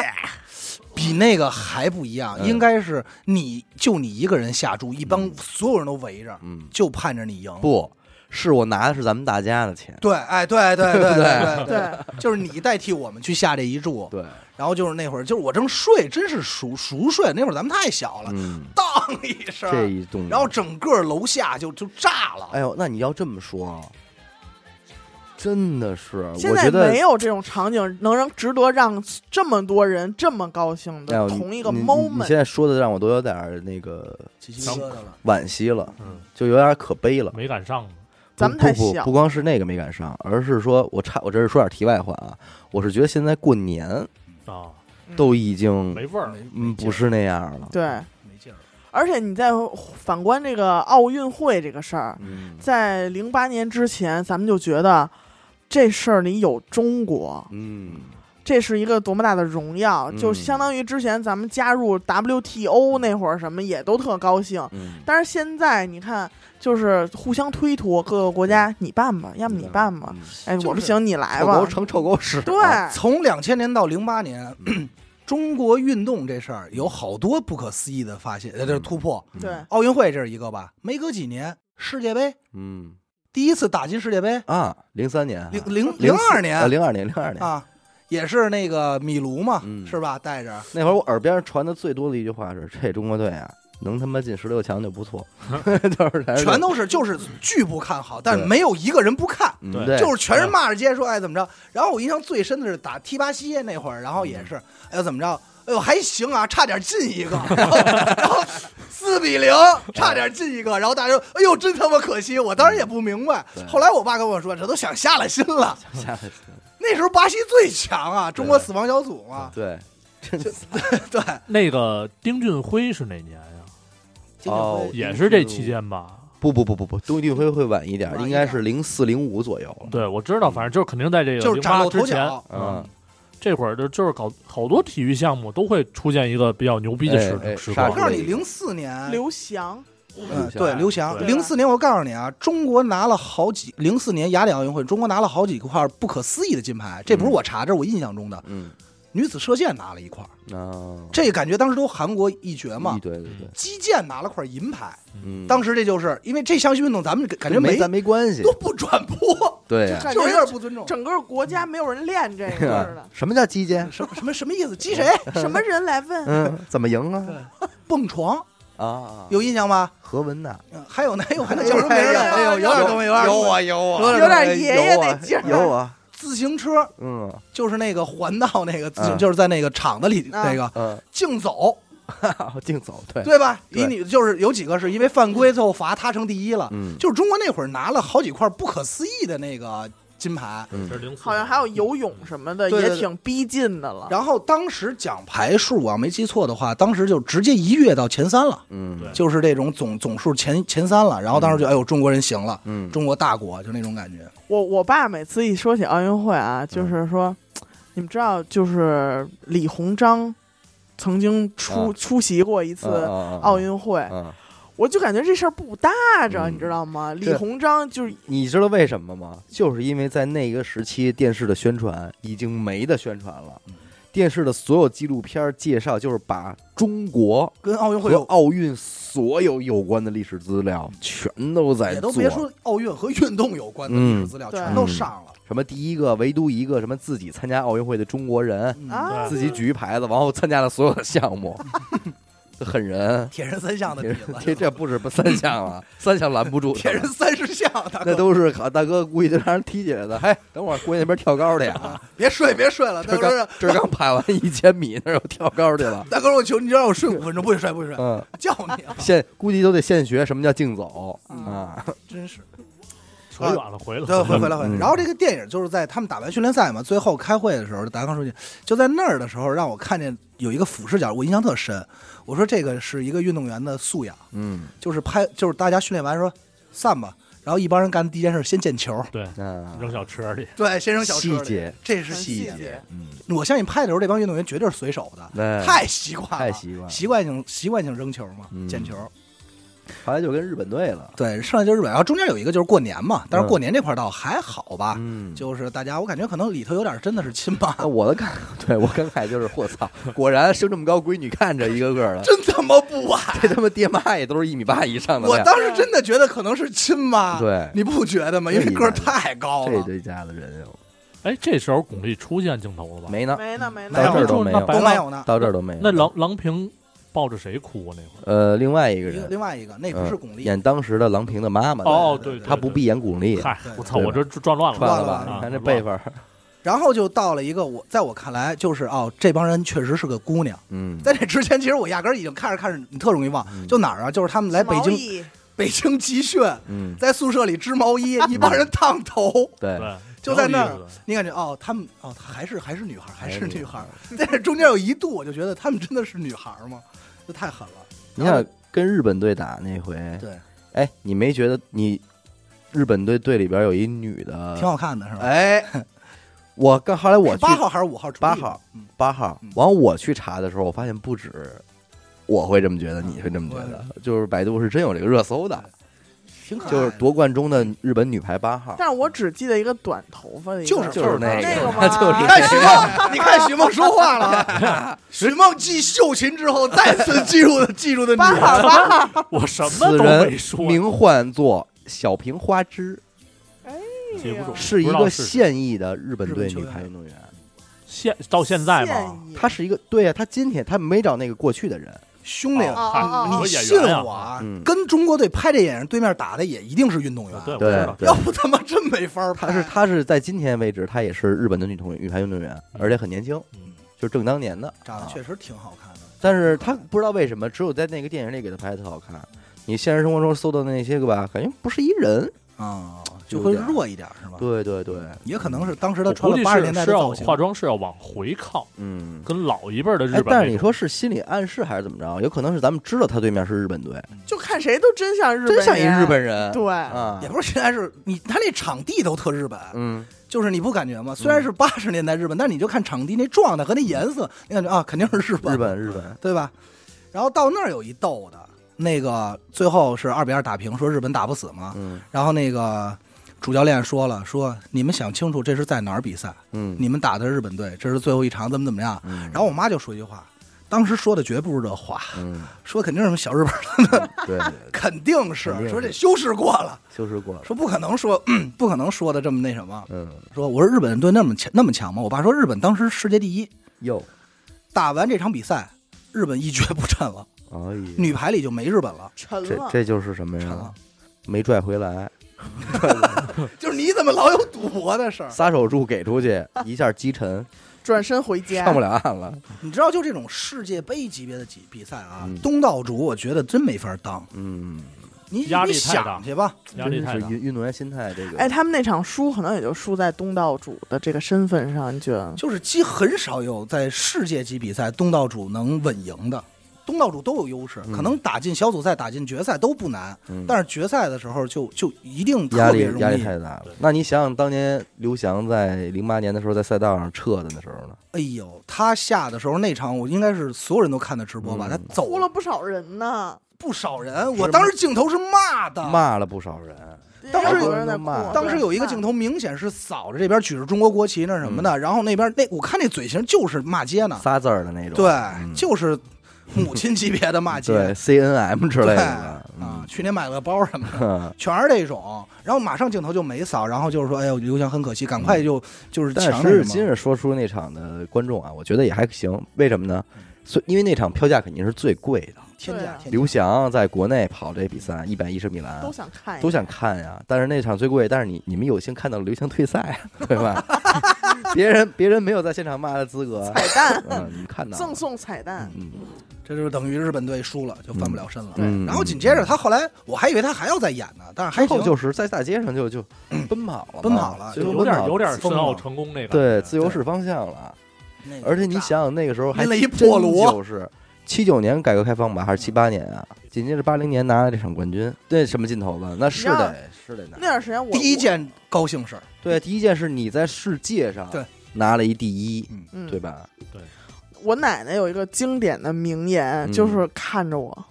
比那个还不一样，
嗯
应该是你就你一个人下注，一帮所有人都围着，
嗯，
就盼着你赢。
不是我拿的是咱们大家的钱，
对，哎，对对 对对
对，
就是你代替我们去下这一注，
对，
然后就是那会儿，就是我正睡，真是熟熟睡，那会儿咱们太小了，
嗯，
当一声，
这一动，
然后整个楼下就就炸了。
哎呦，那你要这么说啊，真的是，呃我
现在
觉得
没有这种场景能让值得让这么多人这么高兴
哎呦
的同一个
你你你
moment，
现在说的让我都有点儿那个
起鸡皮疙瘩了，
惋惜了，
嗯，
就有点儿可悲了。
没赶上呢。
咱
不
们太
不不
小
不光是那个没赶上，而是说我差，我这是说点题外话啊，我是觉得现在过年
啊，
都已经
没味儿，
嗯不是那样了，
嗯对。
没劲儿了，
而且你再反观这个奥运会这个事儿，
嗯
在零八年之前，咱们就觉得这事儿里有中国，
嗯
这是一个多么大的荣耀，
嗯
就相当于之前咱们加入 WTO 那会儿什么也都特高兴。
嗯，
但是现在你看，就是互相推脱，各个国家你办吧，要么你办吧，
嗯，
哎，
就是
我不行你来
臭
吧
狗，成臭狗屎，
对，
从两千年到零八年。 中国运动这事儿有好多不可思议的发现，呃，这是突破。
嗯
对，
奥运会这是一个吧？没隔几年，世界杯
嗯
第一次打进世界杯，
啊，零三年啊，
零零
零
二年
零二年，零二年，
啊，也是那个米卢嘛，
嗯
是吧？带着
那会儿我耳边传的最多的一句话是：“这中国队啊，能他妈进十六强就不 错。” 就是还是
全都是就是巨不看好，但
对
没有一个人不看，
嗯
对
对，
就是全是骂着街说哎怎么着。然后我印象最深的是打踢巴西那会儿，然后
嗯
也是哎呦怎么着。哎呦，还行啊，差点进 一个，然后然后四比零，差点进一个，然后大家说：“哎呦，真他妈可惜！”我当时也不明白
对。
后来我爸跟我说，这都想下了心了。
下 来
那时候巴西最强啊，中国死亡小组嘛。
对，真
就是对，
那个丁俊晖是哪年呀？
金正
哦
辉
也是这期间吧？
不不不不不，东运会会晚一点，
晚一
应
点
该是零四零五左右了。
对，啊我知道，反正就是肯定在这个
就是
零
崭
八
露
之
头
前
角，
嗯，
这会儿就就是搞好多体育项目都会出现一个比较牛逼的
哎哎
时时
杀
我
光
出
告
来，
诉你，零四年，
刘翔，
嗯，对，
刘
刘翔，
对
零四年，我告诉你啊，中国拿了好几，零四年雅典奥运会，中国拿了好几块不可思议的金牌，这不是我查，这是我印象中的。
嗯
女子射箭拿了一块，
啊，
这感觉当时都韩国一绝嘛
一。对对对，
击剑拿了块银牌，
嗯，
当时这就是因为这项运动，咱们感觉
没
没
咱没关系
都，不转播，
对呀。
就。感
就是有
觉
点不尊重。
整个国家没有人练这个似的
什么叫击剑？
什么什么什么意思？击谁？
什么人来问？
嗯，怎么赢啊？
蹦床
啊，
有印象吗？
何文呐，
嗯还有那有还有 叫什么名儿来？哎呦，有点东西，有点东西
有我
有
有点爷爷那劲儿，
有啊我，
自行车
嗯
就是那个环道那个自
嗯
行，就是在那个厂子里
啊
那个
嗯，
竞走，
净走对，
对吧？
对
一女就是有几个是因为犯规最后罚他成第一了，
嗯
就是中国那会儿拿了好几块不可思议的那个金牌。
嗯
这是零四，
好像还有游泳什么的，
对对
也
对
挺逼近的了。
然后当时奖牌数，我要没记错的话，当时就直接一跃到前三了，
嗯
就是这种总总数前前三了。然后当时就哎呦，中国人行了，
嗯，
中国大国就那种感觉。
我我爸每次一说起奥运会啊，就是说，你们知道，就是李鸿章曾经出、
啊
出席过一
嗯
次奥
奥
运会，
啊，
我就感觉这事儿不搭着，
嗯
你知道吗？李
这
鸿章就是
你知道为什么吗？就是因为在那个时期，电视的宣传已经没得宣传了
嗯。
电视的所有纪录片介绍，就是把中国
跟奥运会
和
有，嗯
奥运所有有关的历史资料全都在
也
做，
都别说奥运和运动有关的历史资料，
嗯
全都上了。
什么第一个，唯独一个什么自己参加奥运会的中国人，
嗯
啊，
自己举一牌子，然后参加了所有的项 目，这狠人。
铁人三项的底子，
这这不止不三项 了，三项拦不住他
铁人
了，
三十项，大
那
哥
都是好大哥估计就让人踢起来的。嘿，等会儿过去那边跳高的 呀，
啊别睡别睡了，
这刚
大哥
这刚跑完一千米，那儿有跳高去 了。
大哥，我求你让我睡五分钟，不许睡不许睡，
嗯，
叫 你啊！
现估计都得现学什么叫竞走
嗯
啊。
真是。
扯远了，回来
对，回
来
回来回来。
嗯
然后这个电影就是在他们打完训练赛嘛，最后开会的时候，达康书记就在那儿的时候，让我看见有一个俯视角，我印象特深。我说这个是一个运动员的素养，
嗯，
就是拍，就是大家训练完说散吧，然后一帮人干的第一件事先毽球，
那
扔小车里，
对，先扔小车里
细节，
这是
很
细
细
节。
节，
我相信拍的时候，这帮运动员绝对是随手的，
嗯那
太习惯了，
哎太习惯了
习惯性习惯性扔球嘛，
嗯
毽球。
后来就跟日本队了。
对，剩下就是日本，然后中间有一个就是过年嘛，但
嗯
是过年这块倒还好吧，
嗯，
就是大家我感觉可能里头有点真的是亲妈，
那啊我的感， 对我感慨就是，我操，果然生这么高闺女看着一个个的，
真他妈不矮！
这他妈爹妈也都是一米八以上的
我
量。
当时真的觉得可能是亲妈，
对
你不觉得吗？因为个儿太高
这
了，
对家的人哟，
哎，这时候巩俐出现镜头了吧？哎
没呢，
没呢没呢
啊到这儿都没有
那白
都
狼
没有呢。
到这儿都没有。
那郎郎平抱着谁哭啊？那会儿
呃，另外一个
另
人
另外一个，那
嗯
不是巩俐，
演当时的郎平的妈妈的，
哦，
对
对，
对
对
她不必。演巩
对
俐，
嗨
对，
我操，我这转乱
串
了。
了吧？
乱了
你看这辈分儿，
然后就到了一个我，在我看来就是哦，这帮人确实是个姑娘。
嗯，
在这之前，其实我压根儿已经看着看着，你特容易忘，
嗯
就哪儿啊？就是他们来北
毛
京，
衣
北京集训，
嗯，
在宿舍里织毛衣，一帮人烫头，
对，
对，
就在那
挺有
儿
意思的。
你感觉哦，他们哦，还是还是女孩儿，
哎
还是女孩儿
还。
在这中间有一度，我就觉得他们真的是女孩儿吗？这太狠了。
你想跟日本队打那回，
对，
哎，你没觉得你日本队队里边有一女
挺
的？
好看的是吧？
呃 哎，我刚后来我
是
去
哎
八号还是五号主力？
八号
嗯，
八号
嗯，
完我去查的时候，我发现不止我会这么觉得，你会这么觉得，
嗯
就是百度是真有这个热搜 的，
挺可爱的。
就是夺冠中的日本女排八号，
但是我只记得一个短头发的一个，
就是
就是
那
那
那
个
个吧，
就是
你看徐梦，你看徐梦说话了啊。徐梦继秀琴之后，再次进入的进入哎的女
八
孩
号八号，
啊
我什么
此
都
人
没说，
名唤作小平花枝，
记不住，
是一
不知道
个
是谁
现役的日本队女排运动员。
嗯现到现在啊嘛，
现役
她是一个，对呀、她今天她没找那个过去的人，
兄弟，啊
哦
哦哦
哦
你
我演
信
员呀
我啊
嗯！
跟中国队拍这演员，对面打的也一定是运动员，
啊对，我
对
知道
对
要不他妈真没法
她
拍。
哎
是她是在今天为止，她也是日本的女同女排运动员，而且很年轻，
嗯
就是正当年的。
长得
啊
确实挺好看的，
但是她不知道为什么，只有在那个电影里给她拍的特好看。你现实生活中搜到的那些个吧，感觉不是一人。
啊，就会弱一点是吧？
对对对，
也可能是当时他
我
穿
估
了
计
八十年
是
代
是
的
要
造型，
化妆是要往回靠，
嗯。
跟老一辈的日
哎
本那，种。
但是你说是心理暗示还是怎么着？有可能是咱们知道她对面是日本队，
就看谁都真像日
真
本人，
像一日本人。
对
啊
也，不是现在是你他那场地都特日本，
嗯，
就是你不感觉吗？虽
嗯
然是八十年代日本，但是你就看场地那状态和那颜色，你感觉啊，肯定是日本，
日本日本，
对吧？然后到那儿有一逗的，那个最后是二比二打平，说日本打不死嘛。
嗯
然后那个主教练说了，说你们想清楚这是在哪儿比赛，
嗯，
你们打的是日本队，这是最后一场，怎么怎么样？
嗯，
然后我妈就说一句话，当时说的绝不是这话，
嗯，
说肯定是什么小日本，
对， 对对
肯定是
肯定是
说这修饰过了，
修饰过了，
说不可能说、嗯不可能说的这么那什么。
嗯，
说我说日本队那么强那么强吗？我爸说日本当时世界第一，
又，
打完这场比赛，日本一蹶不振了，
哎呀，
女排里就没日本了，
沉
这
了，
这就是什么
成
呀
了？。
没拽回来，
就是你怎么老有赌博的事儿？
撒手柱给出去，一下击沉，
转身回家
上不了岸了。
你知道，就这种世界杯级别的比比赛啊
嗯，
东道主我觉得真没法当。
嗯，
你
压力
你
太大
想去吧，
压力
真
太
是
大。
运运动员心态这个。
哎，他们那场输可能也就输在东道主的这个身份上，你觉得？
就是几很少有在世界级比赛东道主能稳赢的，东道主都有优势，
嗯
可能打进小组赛、打进决赛都不难，
嗯
但是决赛的时候就就一定
压
特
力
别容
压力
易。
太大了
对。
那你想想，当年刘翔在零八年的时候在赛道上撤的那时候呢？
哎呦，他下的时候那场我应该是所有人都看的直播吧，
嗯
他走
哭了不少人呢，
不少人，我当时镜头是骂的。
骂了不少人。
当时
好多人在哭
骂，
当时有一个镜头，明显是扫着这边举着中国国旗那什么的，
嗯
然后那边那我看那嘴型就是骂街呢，
仨字儿的那种，
对，
嗯
就是母亲级别的骂街，
对 C N M 之类
对
的，
啊
嗯，
去年买了个包什么的，全是这种。然后马上镜头就没扫，然后就是说，哎呦，刘翔很可惜，赶快就就是
嗯但
抢
时
那
至
什
今
么。
日说出那场的观众啊，我觉得也还行。为什么呢？所以因为那场票价肯定是最贵的。
天
对
价
啊，
天价
刘翔在国内跑这比赛一百一十米栏
都，想看一看，
都想看呀，但是那场最贵。但是你你们有幸看到了刘翔退赛，对吧？别人别人没有在现场骂的资格，
彩蛋，
嗯，你们看到了
赠送彩蛋，
嗯
这就是等于日本队输了，就翻不了身了。
嗯
然后紧接着他后来，我还以为他还要再演呢，但是还
之后
行
就是在大街上就 就奔跑了嘛，
奔跑了
就
就
奔
有点
跑
有点
疯
申
了
奥成功那个，
对自由式方向了。
那个
而且你想想那个时候还
拎了一
真
破锣
就是七九年改革开放吧，还是七八年啊？紧接着八零年拿了这场冠军，对什么劲头子？那是
你要
得是得拿。
那段时间我
第一，件高兴事儿，
对第一件是你在世界上
对
拿了一第一，
嗯
对吧？
我奶奶有一个经典的名言，
嗯
就是看着我，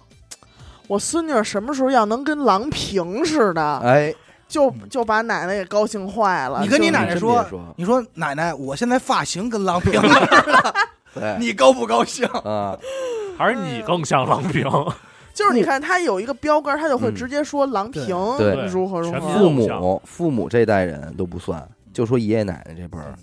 我孙女儿什么时候要能跟郎平似
啊
的，
哎，
就就把奶奶给高兴坏了。
你跟你
就
奶奶
真
说
别说
你说奶奶，我现在发型跟 郎平似的，
对
你高不高兴？
啊，
还是你更像郎平，
就是你看他有一个标杆，他就会
嗯
直接说郎平
对嗯
对
如何如
全民
何
父
偶。像
母父母这代人都不算，就说爷爷奶奶这辈儿，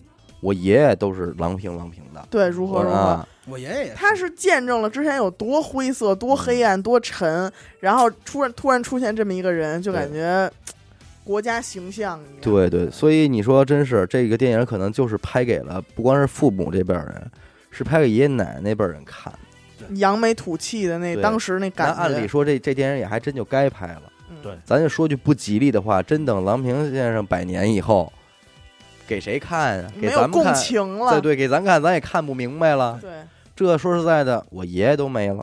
我爷爷都是郎平郎平的，
对，如何如何，
啊，
嗯我爷爷也是
他是见证了之前有多灰色、多黑
嗯
暗、多沉，然后突然突然出现这么一个人，就感觉国家形象一样。
对对，所以你说真是这个电影可能就是拍给了不光是父母这辈儿人，是拍给爷爷奶奶那辈儿人看。
扬眉吐气的那
对
当时那
那
感觉，
按理说这这电影也还真就该拍了。
嗯
对
咱就说句不吉利的话，真等郎平先生百年以后，给谁看啊？给
没有
咱们
共
看，
情了，
对对，给咱看，咱也看不明白 了。
对
这说实在的，我爷爷都没了。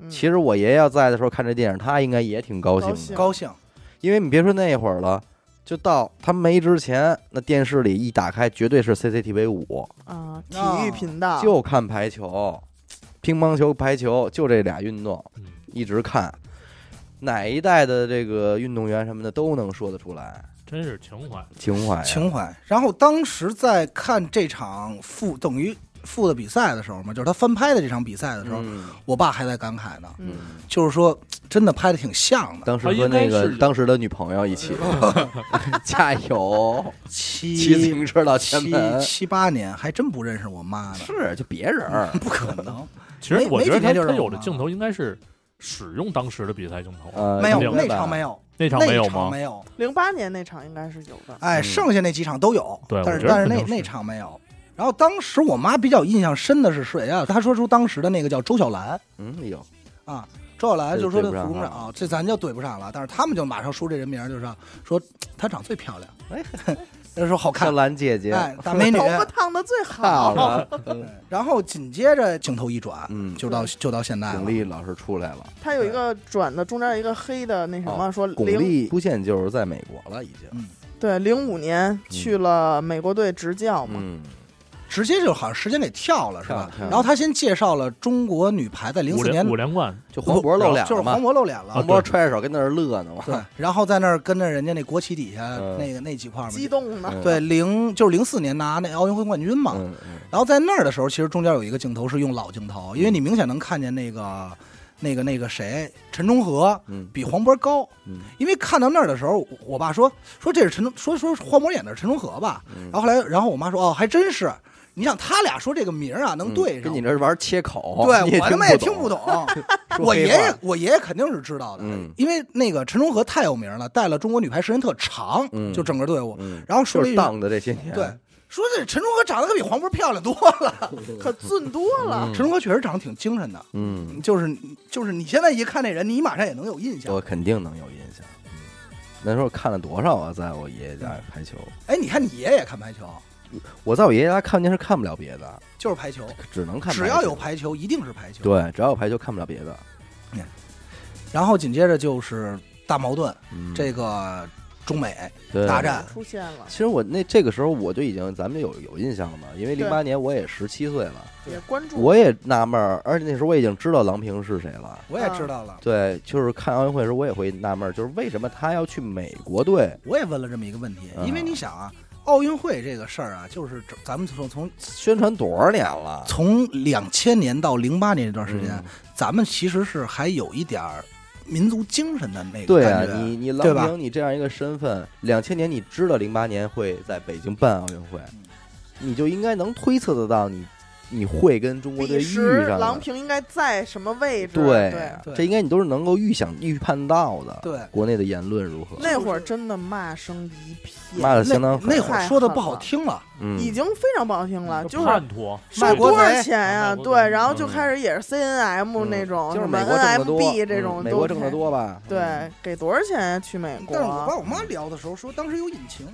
嗯
其实我爷爷要在的时候看这电影，他应该也挺高兴
高
的，
兴
高兴，
因为你别说那会儿了，就到他没之前，那电视里一打开，绝对是 CCTV 五，
啊，体
啊
育频道
就看排球、乒乓球、排球，就这俩运动。
嗯
一直看，哪一代的这个运动员什么的都能说得出来
真是情怀。
情哎怀呀、啊
情怀。然后当时在看这场负等于负的比赛的时候嘛，就是他翻拍的这场比赛的时候，
嗯
我爸还在感慨呢，
嗯，
就是说真的拍的挺像的。
当时和那
他应该
个
是
当时的女朋友一起
嗯
加 油，
七
骑自行车到前
七
门，
七八年还真不认识我妈 呢，
是就别人儿，
不可能。
其实
没
我觉
没
得
几天
他
就
他
让我
有的
看
镜头应该是使用当时的比赛镜头，
呃，
没有
明白
那场没有，
那场
那
没有
场
吗？
没有。
零八年那场应该是有的，
哎，
嗯
剩下那几场都有，
对
但
我
是
觉得
但是
肯
那
定是
那场没有。然后当时我妈比较印象深的是谁啊？她说出当时的那个叫周小兰
嗯，哎呦，
啊，周小兰
这
就说
对不
的
上
副工
号
长，啊这咱就对不上了。但是他们就马上说这人名儿，就是说说她长最漂亮，
哎，
他说好看
小，兰姐姐，
哎，大 美女
头。发烫的最
好，
好
了，嗯
然后紧接着镜头一转，
嗯
就到就到现在
巩
了。
俐老师出来了，
他有一个转的中间有一个黑的那什么，说
哦巩
零
俐出现就是在美国了，已经，
嗯，
对零五年去了美国队执教嘛，
嗯，
直接就好像时间给跳了是吧
跳？了
然后他先介绍了中国女排在零
五
四
连
年
五连冠，
就黄渤露脸
就是
了啊嘛
黄，渤露脸了
黄，渤揣着手跟那儿乐呢嘛，
对，然后在那儿跟着人家那国旗底下
嗯
那个那几块嘛，
激动呢，
嗯
对零就是零四年拿那奥运会冠军嘛。
嗯嗯
然后在那儿的时候，其实中间有一个镜头是用老镜头，因为你明显能看见那个那个那个谁陈忠和
嗯
比黄渤高，
嗯
因为看到那儿的时候，我我爸说说这是陈忠，说说黄渤演的是陈忠和吧。
嗯
然后后来，然后我妈说哦，还真是。你想他俩说这个名儿啊，能对
嗯
上？
跟你这玩切口， 你
对我他妈也听
不
不
懂。
懂。
说
我
黑
爷
话
爷，我爷爷肯定是知道的
嗯，
因为那个陈忠和太有名了，带了中国女排时间特长
嗯，
就整个队伍。
嗯，
然后
就
说了
是
一句
当的这些年，
对，说这陈忠和长得可比黄渤漂亮多了。
可俊多了。
陈忠和确实长得挺精神的，
嗯，
就是就是你现在一看这人，你马上也能有印象。
我肯定能有印象。嗯那时候看了多少啊？在我爷爷家排球，
哎，你看你爷爷看排球，
我在我爷爷家看电视看不了别的，
就是排球，
只能看。
只要有，排球一定是排球。，
对，只要有排球看不了别的。
然后紧接着就是大矛盾，
嗯，
这个中美
对
大战
出现了
其，实我那这个时候我就已经咱们就有有印象了嘛，因为
对
零八年我也十七岁了，
也关
嗯
注
我也纳闷儿，而且那时候我已经知道郎平是谁了。
我也知道了，
对，就是看奥运会的时候，我也会纳闷儿，就是为什么他要去美国队？
我也问了这么一个问题，
嗯
因为你想啊，奥运会这个事儿啊，就是这咱们从从
宣传多少年了？
从两千年到零八年这段时间，
嗯
咱们其实是还有一点儿民族精神的那个
对
感
啊
觉，，
你你
对
郎
吧
平你这样一个身份，两千年你知道零八年会在北京办奥运会
嗯，
你就应该能推测得到你你会跟中国队
彼
遇
时
上
郎
的。
平应该在什么位置？
对
对，，
对
这应该你都是能够预想、预判到的。
对
国内的言论如何，
那会儿真的骂声一片，
骂呃的相当狠
那那会儿说的不好听了，
嗯，
已经非常不好听了，啊就是啊
叛徒，
卖
收
国
多少
贼
钱呀？
卖国贼
对，然后就
嗯
开始也是 CNM
嗯
那种，
就是
什么
美国挣得多
NMB 这
嗯
种，
美国挣得。多吧？
对，给多少钱呀去美国？
但是
啊
我爸我妈聊的时候说，当时有隐 情，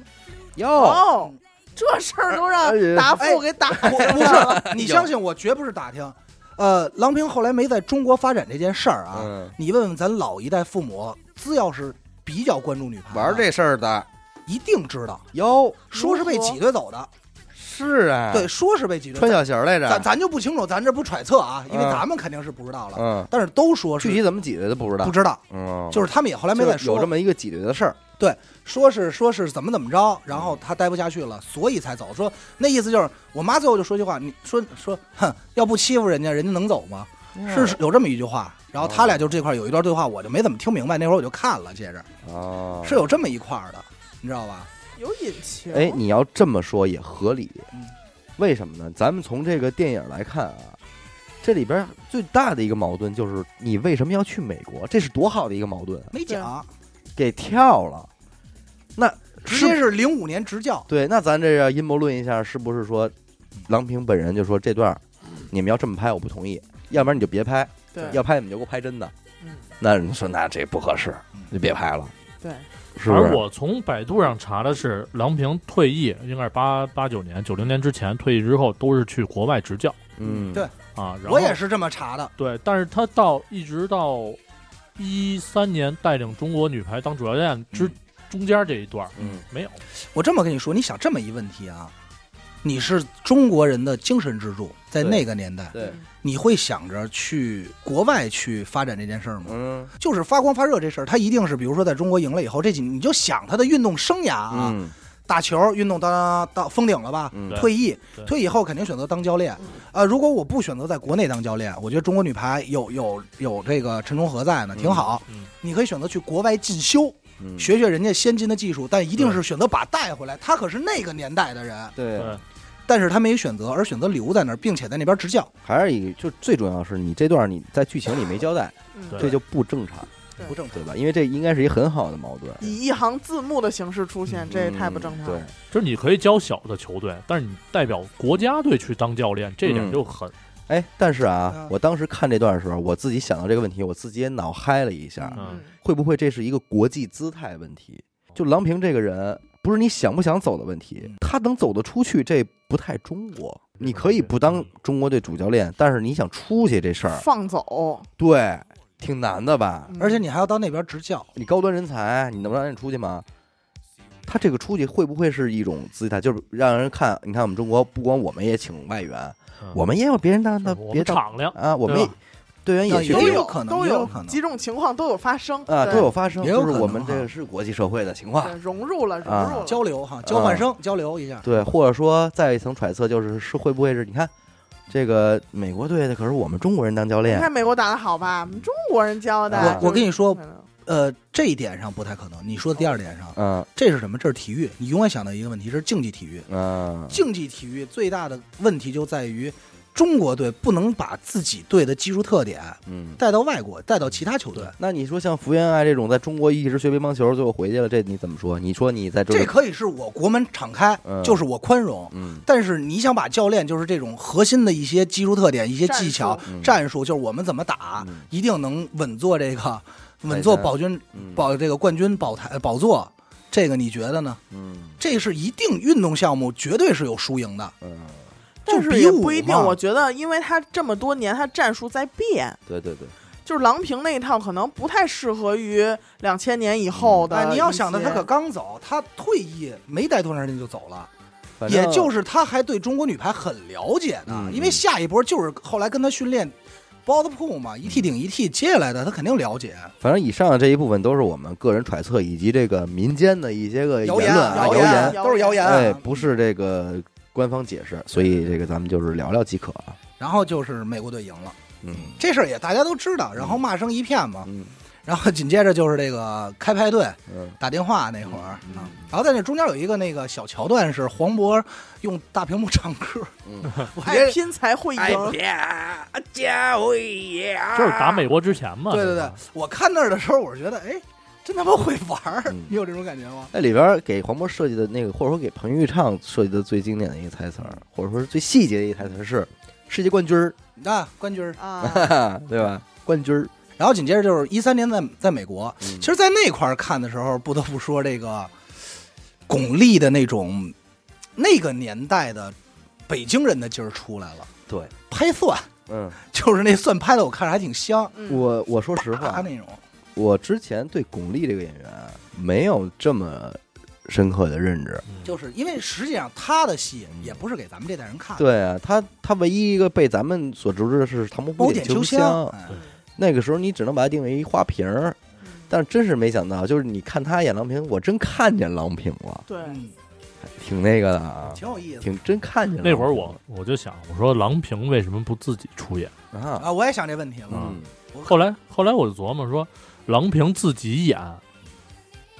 哟，
哦，这事儿都让
哎呀
达父给打
我不是，你相信我，绝不是打听。呃，郎平后来没在中国发展这件事儿啊，
嗯，
你问问咱老一代父母，只要是比较关注女排的，
事儿的
一定知道，
哟，
说是被
如何
挤兑走的，
是啊
对，，说是被挤兑。
穿小鞋儿来
咱咱
着，
咱就不清楚，咱这不揣测啊，因为
嗯
咱们肯定是不知道了。
嗯，
但是都说
具
是
体怎么挤的都不知道，
不知道，
嗯，
就是他们也后来没再
就是有
说
这，么一个挤兑的事儿，
说是说是怎么怎么着，然
嗯
后他待不下去了，所以才走。说那意思就是，我妈最后就说一句话，你说说，哼，要不欺负人家，人家能走吗？
嗯
是是有这么一句话。然后他俩就这块儿有一段对话，我就没怎么听明白，那会儿我就看了，接着
哦，
是有这么一块儿的，你知道吧？
有隐情。
哎，你要这么说也合理
嗯，
为什么呢？咱们从这个电影来看啊，这里边最大的一个矛盾就是你为什么要去美国？这是多好的一个矛盾啊，
没讲，
给跳了，那
直接
是
是零五年执教，
对，那咱这要阴谋论一下，是不是说郎平本人就说这段儿你们要这么拍，我不同意，要不然你就别拍，
对
要拍你们就给我拍真的。
嗯
那你说那这不合适
嗯，
就别拍了，
对，
是不
而
是？
我从百度上查的是，郎平退役应该是八八九年、九零年之前退役之后，都是去国外执教
嗯，
对
啊。然后
我也是这么查的。
对，但是他到一直到一三年带领中国女排当主教练之、
嗯
中间这一段儿
嗯，
没有，
我这么跟你说，你想这么一问题啊，你是中国人的精神支柱，在
对
那个年代，
对，
你会想着去国外去发展这件事儿吗？
嗯
就是发光发热这事儿，它一定是，比如说在中国赢了以后，这几你就想他的运动生涯啊，
嗯
打球运动当当当当封顶了吧，
嗯
对
退役
对，
退役以后肯定选择当教练。呃，如果我不选择在国内当教练，我觉得中国女排有有有这个陈忠和在呢，挺好。
嗯嗯
你可以选择去国外进修，
嗯，
学学人家先进的技术，但一定是选择把带回来。他可是那个年代的人，
对，
对
但是他没选择，而选择留在那儿，并且在那边执教，
还是一个，就最重要的是你这段你在剧情里没交代，
嗯
对
这就不正常，
对
不正常。
对吧？因为这应该是一个很好的矛盾，
以一行字幕的形式出现，这也太不正常了
嗯。
就是你可以教小的球队，但是你代表国家队去当教练，这点就很、
对，哎，但是啊
嗯，
我当时看这段的时候，我自己想到这个问题，我自己也脑嗨了一下，
嗯
嗯，
会不会这是一个国际姿态问题？就郎平这个人，不是你想不想走的问题
嗯，
他能走得出去，这不太中国。你可以不当中国队主教练，但是你想出去这事儿，
放走，
对，挺难的吧？
嗯
而且你还要到那边执教，
你高端人才，你能不能让人出去吗？他这个出去会不会是一种姿态？就是让人看，你看我们中国，不光我们也请外援，
嗯
我们也有别人当
是
的
我
别
们
当
敞亮，
啊，我们
对
也
吧
队员也
也
去
有
都
可能
都
也有
有
可能
几种情况都有发生
啊，
对
都有发生，
也有
就是
可
我
能
们这
哈
个是国际社会的情况
对。融入了，融
啊
入了，
交流哈，交
嗯
换生、交流一下。
对，或者说再一层揣测就是是会不会是你看这个美国队的可是我们中国人当教
你
练，
看美国打的好吧？我们中国人教的
啊。
就是
我跟你说，
嗯
呃，这一点上不太可能。你说的第二点上，
嗯
这是什么？这是体育。你永远想到一个问题，这是竞技体育。
嗯
竞技体育最大的问题就在于，中国队不能把自己队的技术特点
嗯。
带到外国，带到其他球队，
那你说像福原爱这种在中国一直学乒乓球，最后回去了，这你怎么说？你说你在这
这可以是我国门敞开
嗯，
就是我宽容。
嗯
但是你想把教练就是这种核心的一些技术特点、一些
战术
技巧、
嗯
战啊术，就是我们怎么打
嗯，
一定能稳坐这个稳坐保军
嗯
保这个冠军宝台呃宝座，这个你觉得呢？
嗯
这是一定运动项目绝对是有输赢的，
嗯，
但
就是比
也
武
不一定。
嘛
我觉得，因为他这么多年，他战术在变，
对对对，
就是郎平那一套可能不太适合于两千年以后的一
哎，
些。
你要想的他可刚走，他退役没待多长时间就走了，
反
也
正
就是他还对中国女排很了解的，
嗯
因为下一波就是后来跟他训练。包子铺嘛，一屉顶一屉，接下来的他肯定了解。
反正以上的这一部分都是我们个人揣测以及这个民间的一些个
谣言
言论啊
谣
谣
言
都是谣言。啊
哎，不是这个官方解释，所以这个咱们就是聊聊即可啊。
然后就是美国队赢了，
嗯
这事儿也大家都知道，然后骂声一片嘛。
嗯
然后紧接着就是这个开派对，
嗯
打电话那会儿啊，然后在那中间有一个那个小桥段是黄渤用大屏幕唱歌，
嗯，
我觉
爱
得
拼才会赢。
呀，家辉呀
就是打美国之前嘛。
啊对对
吧
对，我看那儿的时候，我是觉得哎，真他妈会玩儿
嗯，
你有这种感觉吗？
那里边儿给黄渤设计的那个，或者说给彭昱畅设计的最经典的一个台词儿，或者说是最细节的一个台词儿是世界冠军儿，
啊，冠军儿。
啊，
对吧？冠军儿，
然后紧接着就是一三年在在美国，
嗯
其实，在那块儿看的时候，不得不说这个巩俐的那种那个年代的北京人的劲儿出来了。
对，
拍蒜
嗯，
就是那蒜拍的，我看着还挺香，
嗯
我我说实话
啪，那种。
我之前对巩俐这个演员没有这么深刻的认知。
就是因为实际上他的戏也不是给咱们这代人看的，
对啊，他他唯一一个被咱们所熟知的是《唐伯
猫
虎
点
点
秋
秋
香
香》，
哎
那个时候你只能把它定为一花瓶儿，但真是没想到，就是你看他演郎平，我真看见郎平了，
对，
嗯，
挺那个的啊，
挺有意思
挺真看见了。
那会儿我我就想，我说郎平为什么不自己出演？
啊，
啊！我也想这问题了，
嗯，
我
后来后来我就琢磨说，郎平自己演，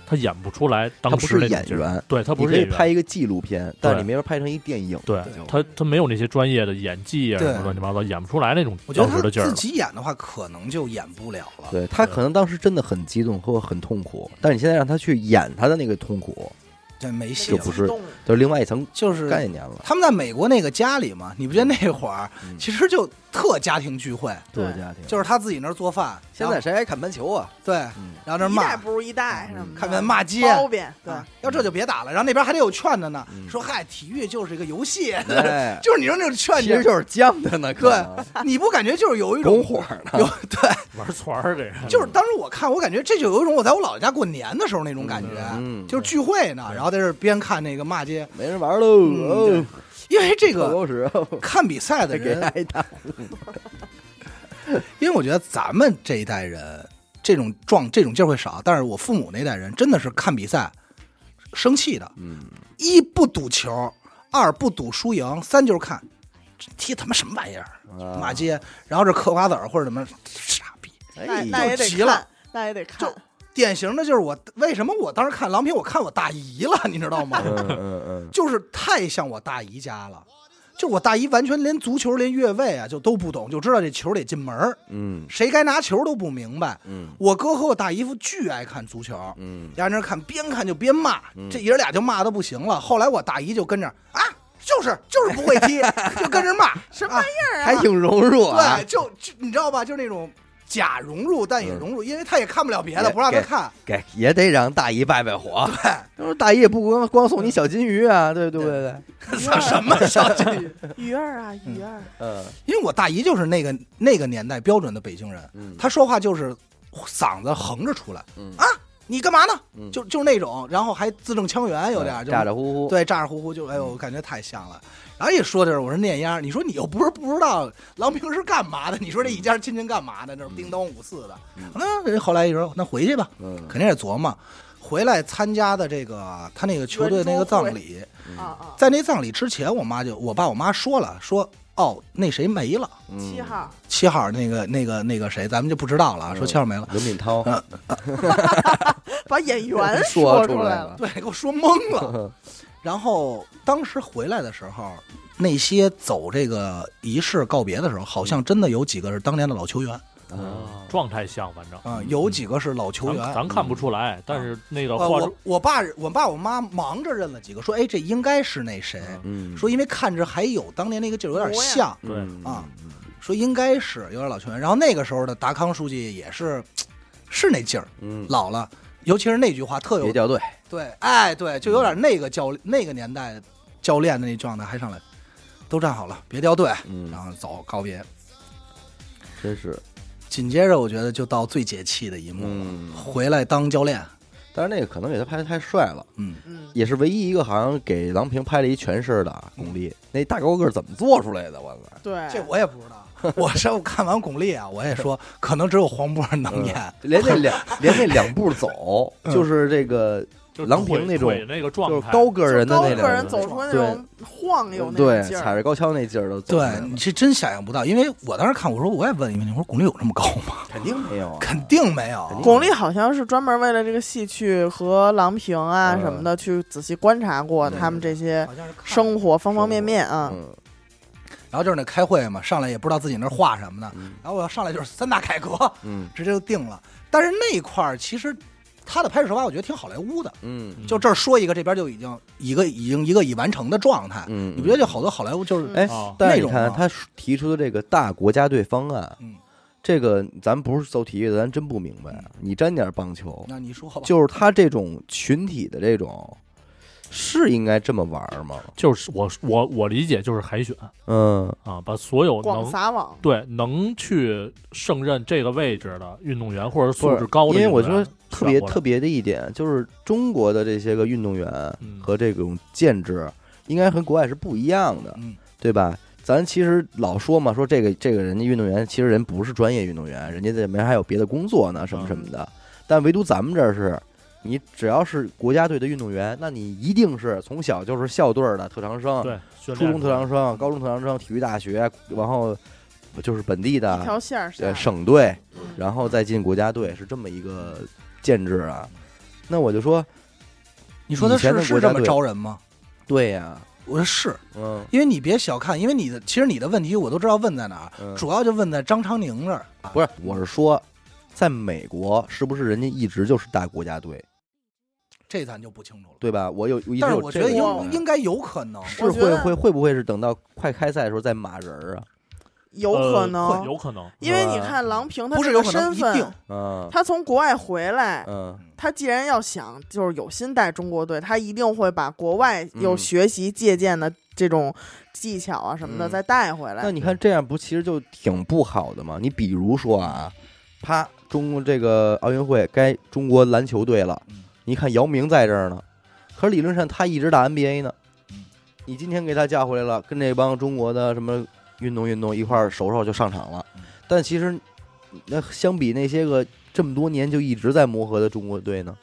他演不出来
他
当
不
时那
是
种
演
劲儿，
员，
对他
你
不是
可以
演员，
拍一个纪录片，但是
对
你没法拍成一电影。
对
对
他他没有那些专业的演技啊
对
什么乱七八糟，演不出来那种
我觉
当
得
时
他
的劲儿
自
了。
己演的话，可能就演不了了。
对他可能当时真的很激动或很痛苦，但是你现在让他去演他的那个痛苦，
这没戏
就
了
不，是
激动
就是另外一层
就是
概念了。
他们在美国那个家里嘛，你不觉得那会儿
嗯
其实就特家庭聚会，
做
对
家庭
就是他自己那儿做饭，
现在谁还看盘球 啊？
对，
嗯
然后那儿
一代
骂，嗯
不如一代什么的，
看见骂街。
包贬，对，
啊要这就别打了，然后那边还得有劝的呢，
嗯
说嗨，体育就是一个游戏，
哎
就是你说那种劝
其实
你，
就是 犟的呢，可能
你不感觉就是有一种
拱火儿呢
有对，
玩团儿给人，
就是当时我看，我感觉这就有一种我在我姥姥家过年的时候那种感觉，
嗯嗯
就是聚会呢，然后在这儿边看那个骂街，
没人玩喽。
嗯对
哦，
因为这
臭
个
狗屎，哦
看比赛
再
的
给
人，
挨 打。
因为我觉得咱们这一代人这种撞这种劲儿会少，但是我父母那代人真的是看比赛生气的，
嗯，
一不赌球，二不赌输赢，三就是看这踢他妈什么玩意儿
啊
骂街，然后这嗑瓜子儿或者怎么傻逼，
那
哎
那也得
就急了
看，那也得看
就。典型的就是我为什么我当时看郎平，我看我大姨了，你知道 吗？
嗯嗯嗯，
就是太像我大姨家了。就我大姨完全连足球、连越位啊，就都不懂，就知道这球得进门儿
嗯
谁该拿球都不明白。
嗯
我哥和我大姨夫巨爱看足球，
嗯，
俩人那看边看就边骂，这爷俩就骂的不行了。后来我大姨就跟着啊，就是就是不会 踢，就跟着骂
什么
啊
玩意儿啊？
还挺 融入啊
对，，就就你知道吧，就是那种假融入，但也
嗯
融入，因为他也看不了别的，
也
不让他
给
看。
给也得让大姨拜拜 火。
对，
就是大姨也不光光送你小金鱼啊，对对对对，
鱼
操
儿
什么 小金鱼？
鱼儿啊，鱼儿，
嗯
因为我大姨就是那个那个年代标准的北京人，
嗯
她说话就是嗓子横着出来，
嗯
啊，你干嘛呢？
嗯
就就是那种，然后还字正腔圆，有点儿就
咋咋呼嗯呼。嗯
对咋咋呼呼就，哎呦，我感觉太像了。然后也说的是，我说念烟儿，你说你又不是不知道郎平是干嘛的，你说这一家亲戚干嘛的，那是叮当五四的。
嗯
那人后来一说，那回去吧，
嗯
肯定也琢磨。回来参加的这个他那个球队那个葬礼，
啊啊，
在那葬礼之前，我妈就我爸我妈说了，说哦那谁没了，
七号，
七号那个那个那个谁，咱们就不知道了啊，
嗯
说七号没了。
刘敏涛
嗯
把演员
说
嗯出
出来
了，
了，
对，给我说懵了。然后当时回来的时候，那些走这个仪式告别的时候，好像真的有几个是当年的老球员
啊
状态像，反正
啊，有几个是老球
嗯咱
员。
咱看不出
嗯
来，但是那
啊
个
呃，
化
我
妆
我爸我爸我妈忙着认了几个，说哎，这应该是那谁，
嗯，
说因为看着还有当年那个劲儿有点
模样
像，
嗯
对
啊，说应该是有点老球员。然后那个时候的达康书记也是是那劲儿，
嗯，
老了，尤其是那句话特
别
有
掉队，
对，哎对，就有
嗯
点那个教那个年代教练的那状态，还上来都站好了，别掉队，
嗯
然，后走告别。
真是，
紧接着我觉得就到最解气的一幕了，
嗯，
回来当教练，
但是那个可能给他拍的太帅了，
嗯，
嗯，
也是唯一一个好像给郎平拍了一全身的
嗯
啊巩俐，那大高个儿怎么做出来的？我操，
对，
这我也不 知道。我上午看完巩俐啊，我也说可能只有黄渤
嗯
能演，
连那两 连那两步走，
嗯
就是这个
就
郎平那种
腿那个状
就是
态，
高个儿人的
高
那
个
两
人
步
走出那种晃悠那
对
种劲
踩
儿，
着高跷那劲儿都走出来
对
了，
你是真想象不到，因为我当时看我说我也问一问，我说巩俐有这么高吗？
肯定没有啊，
肯定没
肯
有，
定
巩俐好像是专门为了这个戏去和郎平啊
嗯
什么的去仔细观察过
对
他们这些
好像是看
生活方方面面啊。
嗯
然后就是那开会嘛，上来也不知道自己那儿画什么呢，
嗯
然后我要上来就是三大改革，
嗯
直接就定了。但是那一块儿其实他的拍摄手法，我觉得挺好莱坞的，
嗯
就这儿说一个，这边就已经一个已经一个已完成的状态。
嗯，
你不觉得就好多好莱坞就是
哎
啊，
但是
那
你
种
看
吗
他提出的这个大国家队方案，
嗯，
这个咱不是搜体育的，咱真不明白啊。你沾点儿棒球，
那你说吧，
就是他这种群体的这种，是应该这么玩儿吗？
就是我我我理解就是海选
嗯
啊，把所有
广
能
撒网，
对能去胜任这个位置的运动员或者素质高
因
的
为
运
我
动员，
觉得特别
选过来
特别的一点就是中国的这些个运动员
嗯
和这种建制，应该和国外是不一样的，
嗯
对吧？咱其实老说嘛，说这个这个人家运动员其实人不是专业运动员，人家在里面还有别的工作呢，什
啊
么什么的。但唯独咱们这儿是，你只要是国家队的运动员，那你一定是从小就是校队儿的特长生，
对训
初
啊练
中特长
嗯
生、高中特长生、体育大学，然后就是本地
一条
的
线儿
呃
上。
省队，
嗯
然后再进国家队，是这么一个建制啊。那我就说，
你说他
以前
是
的
是
国家
这么
队
招人吗？
对呀、
我说是
嗯
因为你别小看，因为你的其实你的问题我都知道问在哪儿，
嗯，
主要就问在张昌宁这儿。
不是，我是说，在美国是不是人家一直就是大国家队，
这咱就不清楚了。
对吧？我有，一直
但是
有
我
这
觉得
个
有
应
疑
应
问
该有可能，
是
我觉
会
得
会会不会是等到快开赛的时候再码人儿啊？
有可
呃会
能，
有可能，
因为你看郎平他
不是
这
有
个
可能
身
一定
份，
嗯
他从国外回来，
嗯
他既然要想就是有心带中国队，他一定会把国外有
嗯
学习借鉴的这种技巧啊什么的
嗯
再带回来。
那你看这样不其实就挺不好的吗？你比如说啊，啪，中国这个奥运会该中国篮球队了
嗯，
你看姚明在这儿呢，可是理论上他一直打 NBA 呢
嗯。
你今天给他叫回来了，跟这帮中国的什么运动运动一块儿熟熟就上场了
嗯，
但其实那相比那些个这么多年就一直在磨合的中国队呢，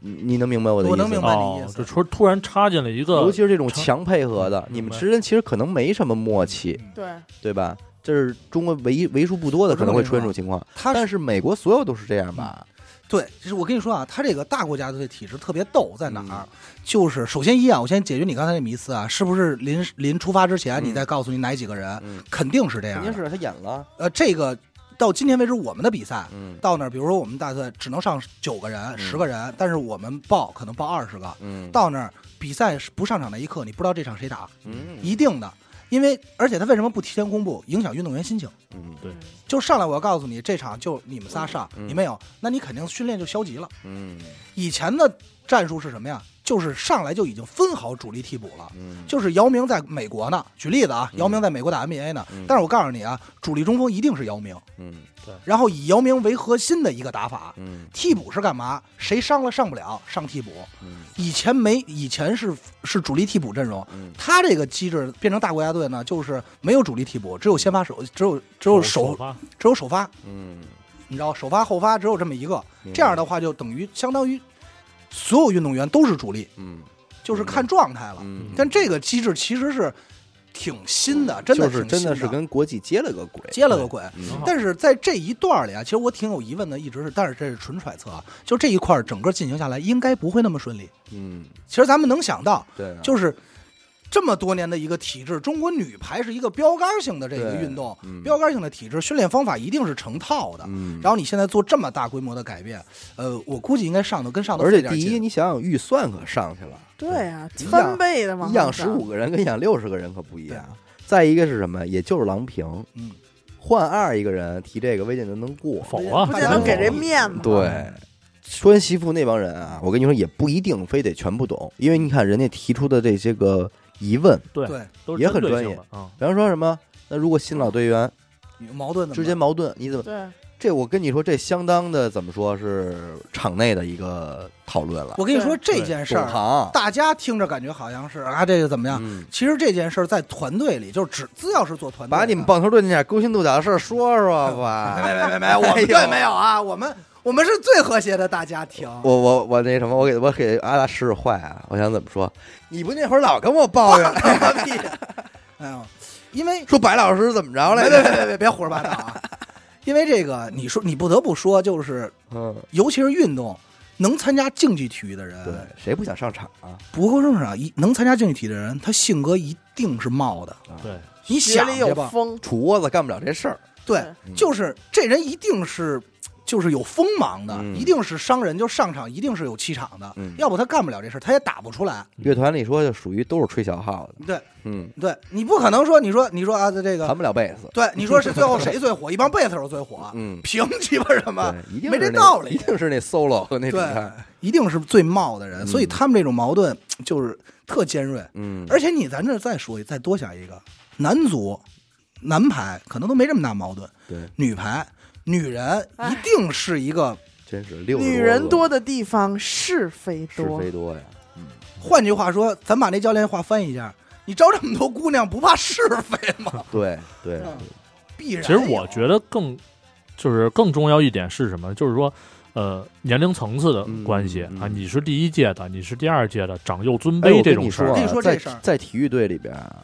你你能明白我的意
我
思吗？
能明白你意
哦，
思
这突突然插进了一个
尤其是这种
成
强配合的，你们之间其实可能没什么默契，
嗯
对，
对吧？这是中国唯一为数不多的可能会出现这种情况，
他
但是美国所有都是这样吧？
对，就是我跟你说啊，他这个大国家队的体制特别逗，在哪
嗯
儿？就是首先一啊，我先解决你刚才那迷思啊，是不是临临出发之前，
嗯
你再告诉你哪几个人？
嗯，
肯定是
肯
这样
定
的。
是他演了，
呃，这个到今天为止，我们的比赛
嗯
到那儿，比如说我们大赛只能上九个人、十个人，但是我们报可能报二十个。
嗯，
到那儿比赛是不上场那一刻，你不知道这场谁打，
嗯
一定的。因为而且他为什么不提前公布，影响运动员心情。
嗯
对
就上来我要告诉你，这场就你们仨上，
嗯
你没有，那你肯定训练就消极了。
嗯
以前的战术是什么呀？就是上来就已经分好主力替补了。
嗯，
就是姚明在美国呢，举例子啊，
嗯
姚明在美国打 NBA 呢，
嗯
但是我告诉你啊，主力中锋一定是姚明，
嗯
然后以姚明为核心的一个打法，
嗯
替补是干嘛？谁伤了上不了上替补，
嗯
以前没，以前是是主力替补阵容，
嗯
他这个机制变成大国家队呢，就是没有主力替补，只有先发手，只有只有
首
首
发
只有首发，
嗯，
你知道首发后发只有这么一个，这样的话就等于相当于所有运动员都是主力，
嗯
就是看状态了。
嗯，
但这个机制其实是挺新的，真的
就是
挺
真
新的
的是跟国际接了个轨，
接了个轨。
挺好
但是在这一段里啊，其实我挺有疑问的，一直是，但是这是纯揣测啊。就这一块儿整个进行下来，应该不会那么顺利。
嗯，
其实咱们能想到，
对，
就是这么多年的一个体制，中国女排是一个标杆性的这个
对
运动，
嗯
标杆性的体制，训练方法一定是成套的。
嗯，
然后你现在做这么大规模的改变，呃，我估计应该上头跟上头
而
费
且
点
第一，
劲。
你想想预算可上去了，
对啊，
一样
翻倍的往
一养
上
十五个人跟养六十个人可不一
对
样。
啊，
再一个是什么？也就是郎平，
嗯，
换二一个人提这个，魏建军能过。
否啊
不
大
见
家
得
都
给
这
人面子。
对，穿西服那帮人啊，我跟你说也不一定非得全部懂，因为你看人家提出的这些个疑问，
对
对，
都是
也很
针对
专
性
业
的啊。
比方说什么，那如果新老队员
有矛盾的
之间矛盾，你怎么？
对，
这我跟你说，这相当的怎么说是场内的一个讨论了。
我跟你说
对
这件事
懂
儿，
行，
大家听着感觉好像是啊，这个怎么样？
嗯，
其实这件事儿在团队里，就是只只要是做团队的，
把你们棒球队那点勾心斗角的事儿说说
没
吧。
没没没，我
哎
们
呦
队没有啊，我们我们是最和谐的，大家听。
我我我那什么，我给我给阿达使使坏啊！我想怎么说？你不那会儿老跟我抱怨，
哎呦，因 为
说白老师怎么着来
别别
着？
别别别别胡说八道啊！因为这个，你说你不得不说，就是
嗯，
尤其是运动，能参加竞技体育的
对
人，，
谁不想上场啊？
不够正常。一能参加竞技体育的人，他性格一定是冒的。
对，
你
学
想
里
去
有
吧，
风，
杵窝子干不了这事儿。
对
嗯
对，
就是这人一定是。就是有锋芒的，
嗯
一定是商人，就上场一定是有气场的，
嗯
要不他干不了这事儿，他也打不出来。
乐团里说就属于都是吹小号的，
对，
嗯，
对你不可能说，你说你说啊，这
弹
个
不了贝斯，
对你说是最后谁 最火？一帮贝斯手最火，
嗯，
凭鸡巴什么？
对，一定
没
是
这
那
道理
一定是那 solo 和那主
对
唱，，
一定是最冒的人，
嗯
所以他们这种矛盾就是特尖锐。
嗯，
而且你咱这再说一，再多想一个，男足、男排可能都没这么大矛盾，
对，
女排、女人
哎
一定是一个。
真是六十
女人
多
多的地方是非
是
多
非，多呀，
换句话说，咱把那教练话翻译一下，你招这么多姑娘，不怕是非吗？
对对，
嗯必然。
其实我觉，得更就是更重要一点是什么？就是说，呃，年龄层次的关系、
嗯嗯
啊，
嗯
你是第一届的，你是第二届的，长幼尊
哎，
卑
我
这
跟你
种事
说
儿，
啊，
我跟你说
在
这事儿
在体育队里边啊，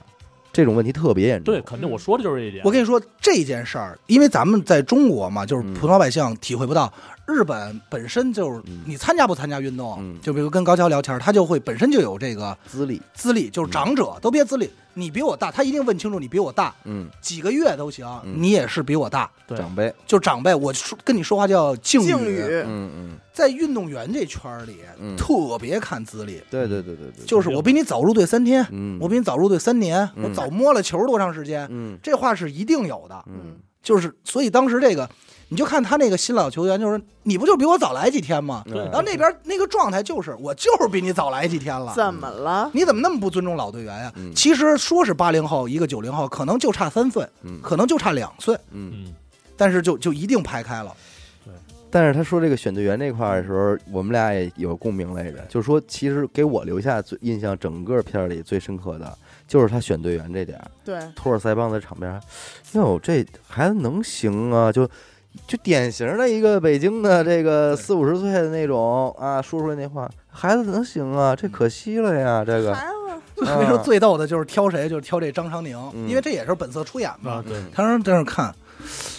这种问题特别严重，
对，肯定我说的就是这一点。
我跟你说这件事儿，因为咱们在中国嘛，就是
嗯
普通老百姓体会不到。日本本身就是
嗯
你参加不参加运动，
嗯
就比如跟高桥聊天儿，他就会本身就有这个
资历，
资历，
嗯
就是长者、都别资历，你比我大，他一定问清楚你比我大
嗯，
几个月都行，
嗯
你也是比我大，
对
长辈，
就长辈，我说跟你说话叫敬
敬
语，
语
嗯嗯，
在运动员这圈儿里、
嗯
特别看资历，
对对对对对，
就是我比你早入队三天，
嗯，
我比你早入队三年，
嗯
我早摸了球多长时间，
嗯
这话是一定有的。
嗯
就是所以当时这个，你就看他那个新老球员，就是你不就比我早来几天
嗯
吗？
对
嗯然后那边那个状态就是我就是比你早来几天了。
怎么了？
你怎么那么不尊重老队员呀、
嗯
其实说是八零后，一个九零后，可能就差三岁，
嗯
可能就差两岁，
嗯。
嗯，
但是就就一定排开了。
但是他说这个选队员这块儿的时候，我们俩也有共鸣来着，就是说，其实给我留下最印象整个片儿里最深刻的，就是他选队员这点儿。
对，
托尔塞邦在场边儿，哟，这孩子能行啊，就就典型的一个北京的这个
对
四五十岁的那种啊，说出来那话，孩子能行啊，这可惜了呀，这个，
孩子，
所以说最逗的就是挑谁，就是挑这张常宁，
嗯
因为这也是本色出演嘛。
啊，对，
他说在那儿看，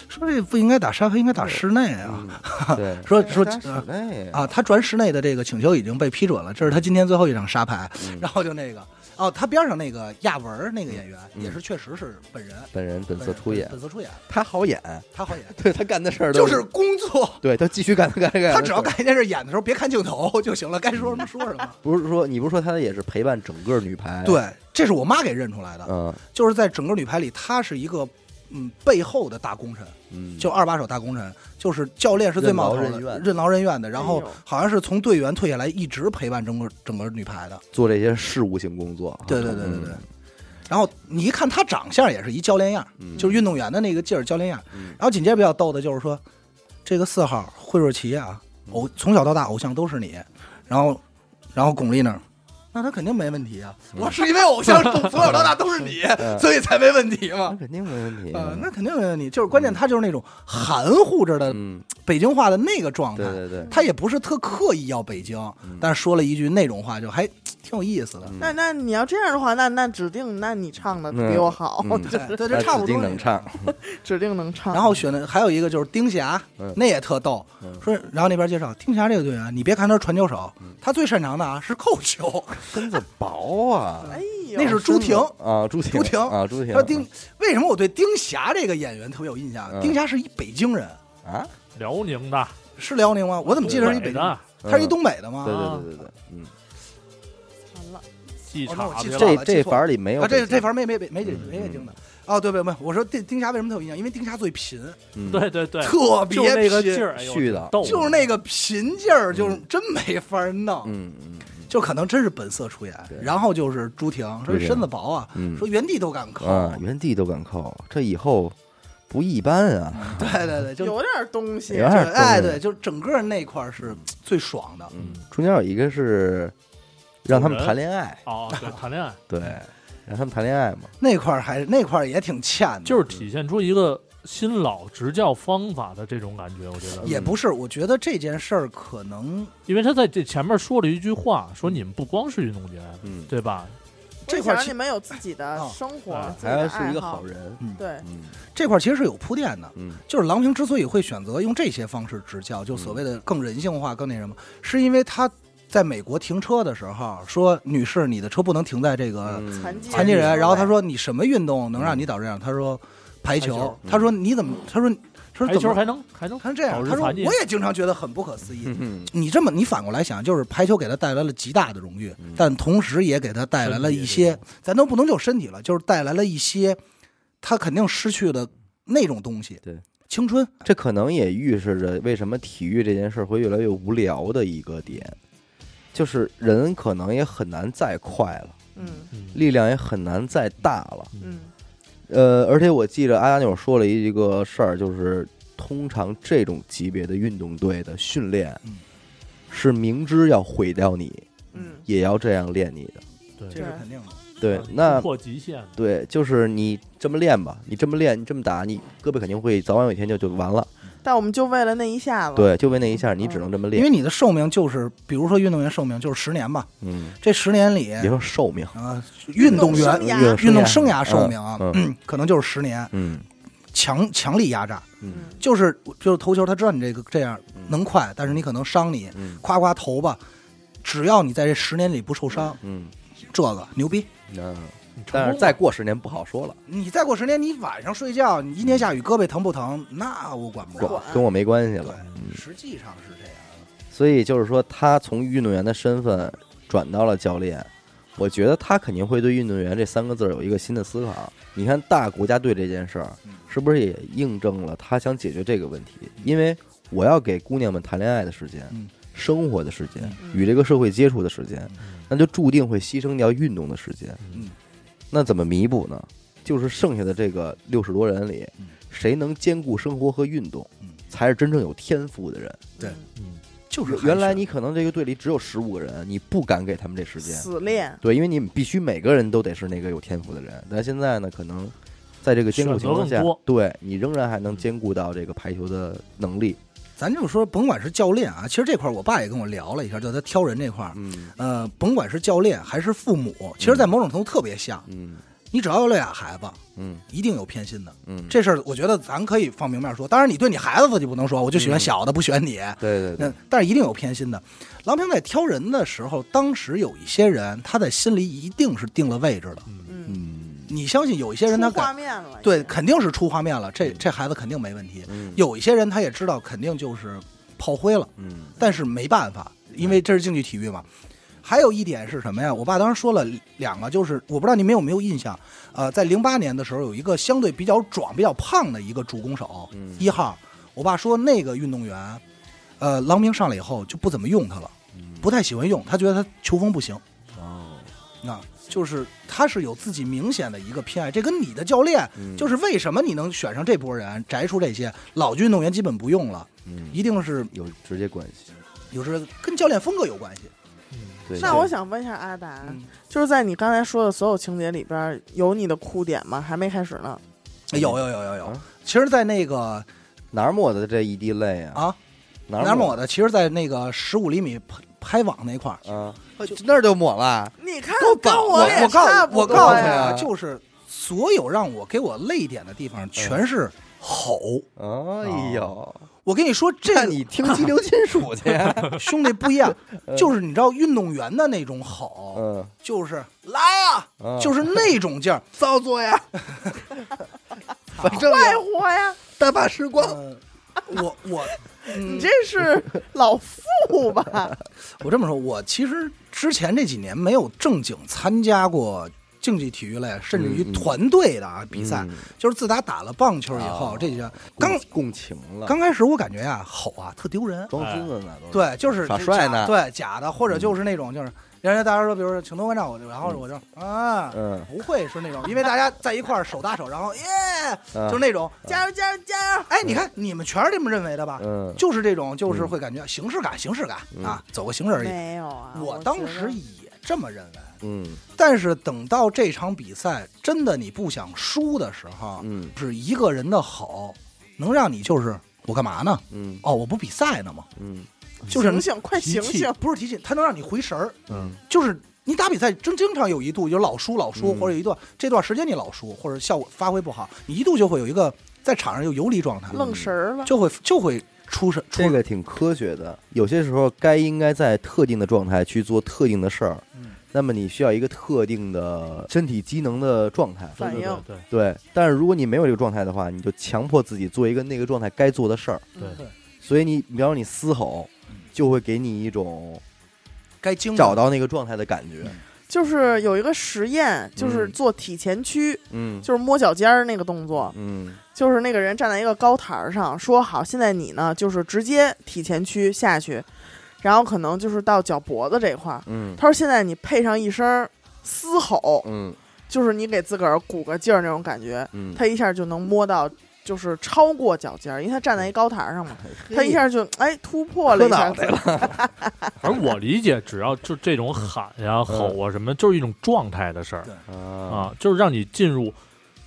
说这不应该打沙发，应该打室内啊。，
嗯对
说说
家室内
啊，他转室内的这个请求已经被批准了，这是他今天最后一场沙排。
嗯
然后就那个哦，他边上那个亚文儿那个演员、
嗯
也是确实是本人
本人本色出演，
本色出演，
他好演，
他好演，
对他干的事儿都
就是工作。
对他继续干他干他干，
他只要干一件事，演的时候别看镜头 就行了，该说什么说什么。
不是说你不是说他也是陪伴整个女排？，
对，这是我妈给认出来的，
嗯
就是在整个女排里，她是一个嗯背后的大功臣，
嗯，
就二把手大功臣，就是教练是最冒头
任劳任
的，
怨
任劳任怨的，然后
哎呦
好像是从队员退下来一直陪伴整个整个女排的。
做这些事务性工作。
对对对对对。然后你一看他长相也是一教练样，
嗯
就是运动员的那个劲儿，教练样。
嗯
然后紧接着比较逗的就是说，这个四号惠若琪啊，
嗯
偶从小到大偶像都是你。然后，然后巩俐那儿，那他肯定没问题啊。我说是因为偶像从从小到大都是你，
嗯
所以才没 问题
那
嘛。
肯定没问题。嗯
呃，那肯定没问题。就是关键他就是那种含糊着的
嗯，
北京话的那个状态
对，对嗯对，
他也不是特刻意要北京，但是说了一句那种话，就还挺有意
嗯
思的。
那那你要这样的话，那那指定那你唱的比我好，
嗯
对，
那
对这差不
指定
多。
能唱。
指定能唱。
然后选的还有一个就是丁霞
嗯，
那也特逗
嗯。
说，然后那边介绍丁霞这个
哎
啊 队员，你别看他是传球手，他最擅长的啊是扣球，
身子薄啊，
哎意
那是朱婷。
啊，朱婷
朱婷
啊，朱婷
说丁，为什么我对丁霞这个演员特别有印象？
嗯
丁霞是一北京人，
啊，
辽宁的，
是辽宁吗？我怎么记得是一北
北
京？
的，
他是一
嗯
东北的吗？
对对对
啊
对对，嗯，
完了，
记
哦那我
岔
记
别
错了
了。
这这法儿里没有
啊，这
北
这
京
反正没没没没北
嗯
没北京的。哦，对对对，我说丁丁霞为什么特有印象？因为丁霞最贫，
嗯
对对对，
特别
就那个
贫
劲儿，哎呦
絮叨
逗
就是那个贫劲儿，就是真没法弄，
嗯嗯嗯
就可能真是本色出演
对。
然后就是朱婷说
朱婷
身子薄啊，
嗯，
说原地都敢扣，
啊，原地都敢扣，这以后不一般啊！
对对对，就
有点东西
有。点
对，哎，对，
东西，
就是整个那块儿是最爽的。
嗯，中间有一个是让他们谈恋爱，
哦，对，谈恋爱
对，让他们谈恋爱嘛，
那块儿还那块儿也挺欠的，
就是体现出一个新老执教方法的这种感觉，我觉得，
嗯
也不是。我觉得这件事儿可能
因为他在这前面说了一句话，说你们不光是运动员，
嗯，
对吧？
这
我
块儿
想让
其
你们有自己的
啊
生活
哎，
自己
还要
的
是一个
爱好
好。人，
对，
嗯
这块儿其实是有铺垫的。
嗯
就是郎平之所以会选择用这些方式执教，就所谓的更人性化、更那什么，是因为他在美国停车的时候说：“女士，你的车不能停在这个
嗯
残疾
残疾
啊
人。”
人
然后他说：“你什么运动能让你导致这样？”他说：“排
排
球
球。”
他
嗯
说：“你怎么？”他说：“他说
排
怎
球
么？”
还能还能
他说这样
导，致
他说
残疾
我也经常觉得很不 可思议。
嗯
你这么，你反过来想，就是排球给他带来了极大的荣誉，
嗯
但同时也给他带来了一些，咱都不能就身体了，就是带来了一些他肯定失去的那种东西。
对，
青春，
这可能也预示着为什么体育这件事儿会越来越无聊的一个点，就是人可能也很难再快了，
嗯
嗯
力量也很难再大了。
嗯，
呃，而且我记着阿达纽说了一一个事儿，就是通常这种级别的运动队的训练
嗯，
是明知要毁掉你，
嗯
也要这样练你的。
对
这是肯定的。
对
啊，
那
突破极限，
对，就是你这么练吧，你这么练，你这么打，你胳膊肯定会早晚有一天就就完了。
但我们就为了那一下子，，
对，就为那一下，你只能这么
哦因
练
为。你的寿命就是，比如说运动员寿命就是十年吧，
嗯，
这十年里
别说寿命，
啊，运动
运
员
生涯
运动生涯寿命啊，
嗯
可能就是十年，
嗯
强强力压榨，
嗯
就是就是投球，他知道你这个这样
嗯
能快，但是你可能伤你，
嗯
夸夸投吧，只要你在这十年里不受伤，
嗯，
这个牛逼。
那
你成功
但
了
是再过十年不好说了，
你再过十年，你晚上睡觉，你一天下雨胳膊疼不疼？那我管不嗯
跟
着。
跟我没关系
对
了。，
实际上是这样
所以就是说，他从运动员的身份转到了教练，我觉得他肯定会对运动员这三个字儿有一个新的思考。你看大国家队这件事儿
嗯，
是不是也印证了他想解决这个问题？因为我要给姑娘们谈恋爱的时间
嗯、
生活的时间、
嗯
与这个社会接触的时间
嗯，
那就注定会牺牲掉运动的时间。
嗯
那怎么弥补呢？就是剩下的这个六十多人里
嗯，
谁能兼顾生活和运动
嗯，
才是真正有天赋的人。
对
嗯
的，就是
原
寒暄
原来你可能这个队里只有十五个人，你不敢给他们这时间，
死练，
对，因为你们必须每个人都得是那个有天赋的人。但现在呢，可能在这个兼顾情况
选择
下
更多，
对你仍然还能兼顾到这个排球的能力。
咱就说，甭管是教练啊，其实这块儿我爸也跟我聊了一下，就他挑人这块儿，
嗯
呃，甭管是教练还是父母，其实，在某种程度特别像。
嗯
你只要有俩孩子，
嗯
一定有偏心的。
嗯，
这事儿，我觉得咱可以放明面说。当然，你对你孩子自己不能说，我就喜欢小嗯的，不喜欢你。
对对对
那，但是一定有偏心的。郎平在挑人的时候，当时有一些人，他在心里一定是定了位置的。
嗯，
嗯，
嗯
你相信有一些人他
出
敢
画面了，
对，
已经
肯定是出画面了，这这孩子肯定没问题。
嗯
有一些人他也知道，肯定就是炮灰了，
嗯
但是没办法，因为这是竞技体育嘛。还有一点是什么呀？我爸当时说了两个，就是我不知道你们有没有印象，呃，在零八年的时候有一个相对比较壮、比较胖的一个主攻手，
嗯
一号。我爸说那个运动员，呃，郎平上来以后就不怎么用他
嗯
了，不太喜欢用，他觉得他球风不行。
哦
啊，就是他是有自己明显的一个偏爱，这跟你的教练，
嗯
就是为什么你能选上这波人，摘出这些老运动员基本不用了，
嗯
一定是
有直接关系。
有时跟教练风格有关系。
嗯
对，
那我想问一下阿达，
嗯
就是在你刚才说的所有情节里边，有你的哭点吗？还没开始呢。
有有有有有
啊，
其实，在那个
哪儿抹的这一滴泪啊？
啊，
哪
哪儿抹
抹
的？其实，在那个十五厘米拍拍网那块儿，
啊？那儿就抹了。
你看，
够
跟
饱
我
了
也
我告
差不
我
多
告诉你
呀
啊，就是
嗯
所有让我给我泪点的地方，全是吼。
哎呦，
我跟你说，这
那
个
你听激流金属去，啊
兄弟不一样
嗯，
就是你知道运动员的那种吼，
嗯，
就是来啊，就是那种劲儿。
造作呀，反正嗯
快活呀！
大把时光，
我我，
你
嗯，
这是老傅吧？
我这么说，我其实之前这几年没有正经参加过竞技体育类，甚至于
嗯嗯
团队的啊比赛
嗯。
就是自打打了棒球以后
哦，
这些刚
刚共情了，
刚开始我感觉呀，吼啊特丢人，
装孙子呢，都是，
对，就是
耍
这
帅呢嗯
假对假的，或者就是那种就是。人家大家说，比如说请多关照我，然后我就啊，
嗯
不会是那种，因为大家在一块儿手搭手，然后耶，
嗯
就是那种，
加油加油加油！
哎，你看你们全是这么认为的吧？
嗯，
就是这种，就是会感觉形式感，形式感啊，走个形式而已。
没有啊，
我
觉
当
得
时也这么认为，
嗯
但是等到这场比赛真的你不想输的时候，
嗯
是一个人的吼，能让你就是我干嘛呢？
嗯
哦，我不比赛呢吗？
嗯
就是
醒醒，快
提
醒
气
醒！
不是提醒，它能让你回神儿。
嗯，
就是你打比赛，真经常有一度就老输老输，
嗯
或者有一段这段时间你老输，或者效果发挥不好，你一度就会有一个在场上有游离状态，
愣神儿了，
就会就会出神出
这个挺科学的，有些时候该应该在特定的状态去做特定的事儿，
嗯
那么你需要一个特定的身体机能的状态，
对
反
对
应
对对
对。但是如果你没有这个状态的话，你就强迫自己做一个那个状态该做的事儿，
对对
所以你比方说你嘶吼，就会给你一种
该精
找到那个状态的感觉，
就是有一个实验，就是
嗯
做体前屈，
嗯
就是摸脚尖儿那个动作，
嗯
就是那个人站在一个高台儿上，说好，现在你呢，就是直接体前屈下去，然后可能就是到脚脖子这块儿。
嗯
他说现在你配上一声嘶吼，
嗯
就是你给自个儿鼓个劲儿那种感觉，
嗯，
他一下就能摸到，就是超过脚尖儿，因为他站在一高台儿上嘛，他一下就哎突破
磕
了一下
脑
子
袋，了，
反正我理解，只要就这种喊呀、吼啊什么，就是一种状态的事儿
啊，
啊，就是让你进入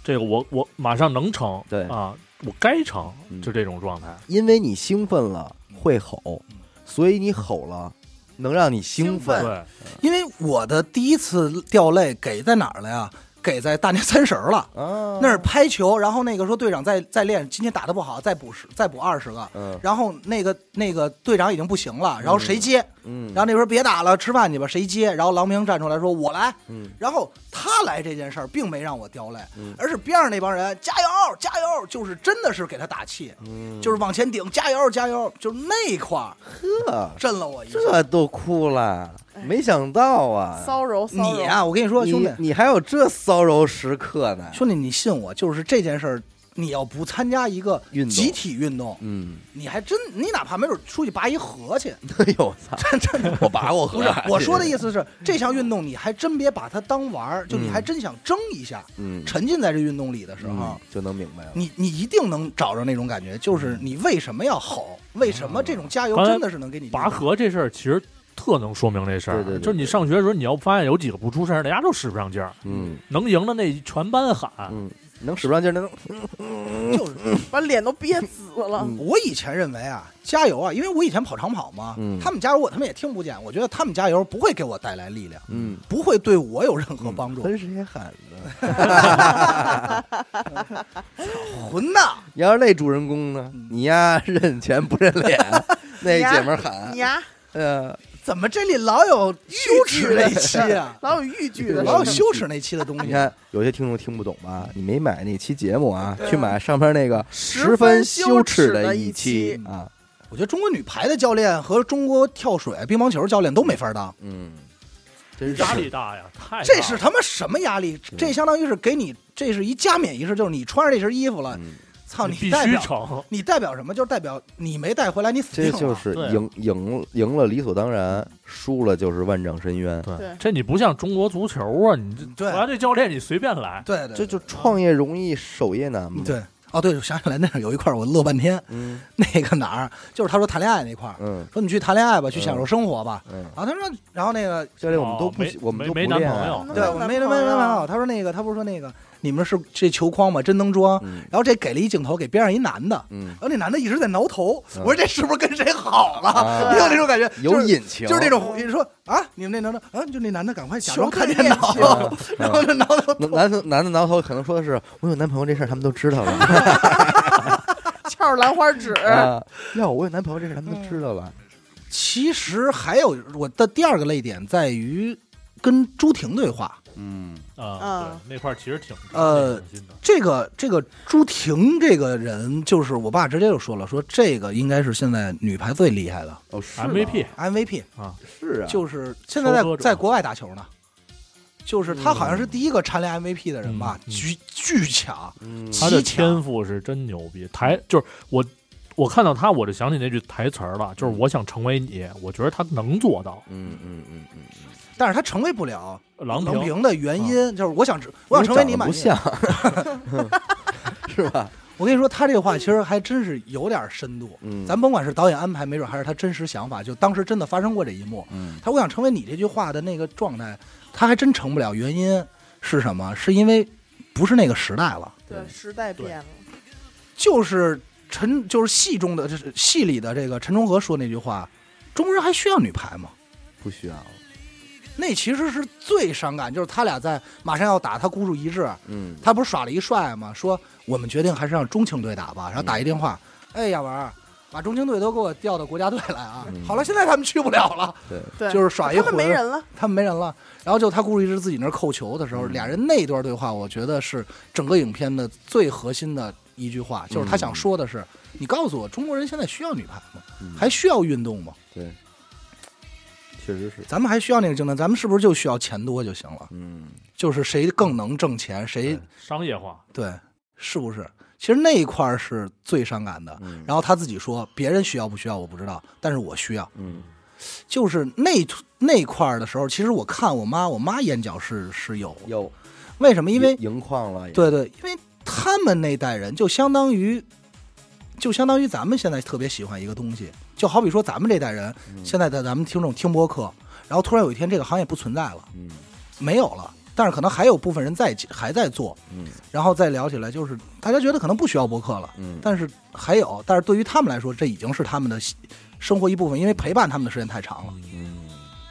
这个我我马上能成，
对
啊，我该成
嗯，
就这种状态。
因为你兴奋了会吼，所以你吼了能让你兴
兴
奋
奋，
对，
因为我的第一次掉泪给在哪儿了呀？给在大年三十儿了。
啊，
那儿拍球，然后那个说队长再再练，今天打的不好，再补十，再补二十个。
嗯
然后那个那个队长已经不行了，然后谁接？
嗯，
然后那边别打了，吃饭去吧，谁接？然后郎平站出来说：“我来。”
嗯
然后他来这件事儿并没让我掉泪，
嗯
而是边上那帮人加油加油，就是真的是给他打气，
嗯
就是往前顶，加油加油，就是那块儿
这
震了我一下。
这都哭了，没想到啊，
骚扰骚扰。
你啊，我跟你说，兄弟
你，你还有这骚扰时刻呢，
兄弟，你信我，就是这件事儿，你要不参加一个
运动
集体运动，
嗯，
你还真你哪怕没准出去拔一河去，
哎呦我操，
真真 的。
我拔我
不
喝
是，我说的
思，
意思是，这项运动你还真别把它当玩儿，就你还真想争一下，
嗯，
沉浸在这运动里的时候，
嗯就能明白了，
你你一定能找着那种感觉，就是你为什么要吼，为什么这种加油
刚才
真的是能给你
拔河这事儿其实特能说明这事儿，
对对对
就是你上学的时候，你要发现有几个不出声儿，大家都使不上劲儿，
嗯
能赢的那全班喊，
嗯，
啊
能使不上劲儿能，
就是
把脸都憋紫了。
嗯
我以前认为啊，加油啊，因为我以前跑长跑嘛，
嗯
他们加油我他妈也听不见，我觉得他们加油不会给我带来力量，
嗯，
不会对我有任何帮助。
跟谁喊的？
混呐，
你要是那主人公呢？
嗯
你呀认钱不认 脸，那
呀
姐们儿喊
你，呀，？
呃，
怎么这里老有羞耻那期啊
老有豫剧的
对
老有
声音，
羞耻那期的东
啊你
西，
看有些听众听不懂吧？你没买那期节目啊，去买上面那个
十
分
分
羞
羞
耻
耻
的
的
一
一
期
期
啊，
我觉得中国女排的教练和中国跳水、乒乓球教练都没法当，
嗯，真是
压力大呀，太大了
这是他妈什么压力？这相当于是给你，这是一加冕仪式，就是你穿上这身衣服了，
嗯
操，
你
你
必
代
须
表
成，
你代表什么？就是代表你没带回来，你死定
这就
了。
是
对啊
赢赢赢了理所当然，输了就是万丈深渊。
对
对，
这你不像中国足球啊，你这
对
国家队教练你随便来，
对对，
这就创业容易，守业难嘛。，
对。哦，对，我想起来那儿有一块儿我乐半天，
嗯
那个哪儿就是他说谈恋爱那块儿，
嗯
说你去谈恋爱吧，去享受生活吧。
嗯，
然后他说，然后那个
教练我们都不
哦没
我们都不
没没
练
男朋友
啊
对
嗯
我没没没没好，他说那个他不是说那个你们是这球框吗？真能装。
嗯
然后这给了一镜头给边上一男的，
嗯
然，后那男的一直在挠头，
嗯
我说这是不是跟谁好了？
啊
你有那种感觉，
有哦
就是
隐情，
就是那种你说啊，你们那男的啊，就那男的赶快假装看电脑
啊
求对面，
然后就挠头
男男的男的挠头可能说的是我有男朋友这事儿他们都知道了，
瞧套兰花 指，
啊，要我有男朋友这事，他们都知道了。
其实还有我的第二个泪点在于跟朱婷对话。
嗯，
啊
啊，
对，那块儿其实挺
呃
挺心的
这个这个朱婷这个人，就是我爸直接就说了，说这个应该是现在女排最厉害的
哦是
啊
吗
MVP
MVP，
是啊，
就是现在在
收割者嗯
在国外打球呢，就是他好像是第一个蝉联 MVP 的人吧，
嗯嗯
巨巨强，
嗯
他的
极强
天赋是真牛逼，台就是我。我看到他，我就想起那句台词儿了，就是我想成为你，我觉得他能做到。
嗯嗯嗯嗯，
但是他成为不了
郎
郎
平啊
平的原因就是我想只我想成为你满
不
意。
像， 是吧？
我跟你说，他这话其实还真是有点深度。
嗯，
咱甭管是导演安排，没准还是他真实想法，就当时真的发生过这一幕。
嗯
他我想成为你这句话的那个状态，他还真成不了，原因是什么？是因为不是那个时代了，
对，时代变了，
就是陈就是戏中的就是戏里的这个陈忠和说那句话，中国人还需要女排吗？
不需要了。
那其实是最伤感，就是他俩在马上要打，他孤注一掷，
嗯，
他不是耍了一帅吗？说我们决定还是让中青队打吧，然后打一电话，
嗯
哎，亚文儿，把中青队都给我调到国家队来啊！
嗯
好了，现在他们去不了了，
对，
就是耍一
他们
回
没人了，
他们没人了。然后就他故意是自己那儿扣球的时候，
嗯
俩人那一段对话，我觉得是整个影片的最核心的一句话，就是他想说的是：你告诉我，中国人现在需要女排吗？
嗯
还需要运动吗？
对，确实是。
咱们还需要那个竞争，咱们是不是就需要钱多就行了？
嗯，
就是谁更能挣钱，谁
商业化，
对，是不是？其实那一块儿是最伤感的。
嗯
然后他自己说，别人需要不需要我不知道，但是我需要。
嗯
就是那那块儿的时候，其实我看我妈，我妈眼角是是有，
有，
为什么？因为
盈盈眶了也，
对对，因为他们那代人就相当于，就相当于咱们现在特别喜欢一个东西，就好比说咱们这代人
嗯
现在在咱们听众听播客，然后突然有一天这个行业不存在了，
嗯
没有了，但是可能还有部分人在还在做，
嗯
然后再聊起来，就是大家觉得可能不需要播客了，
嗯，
但是还有，但是对于他们来说，这已经是他们的喜生活一部分，因为陪伴他们的时间太长了。
嗯，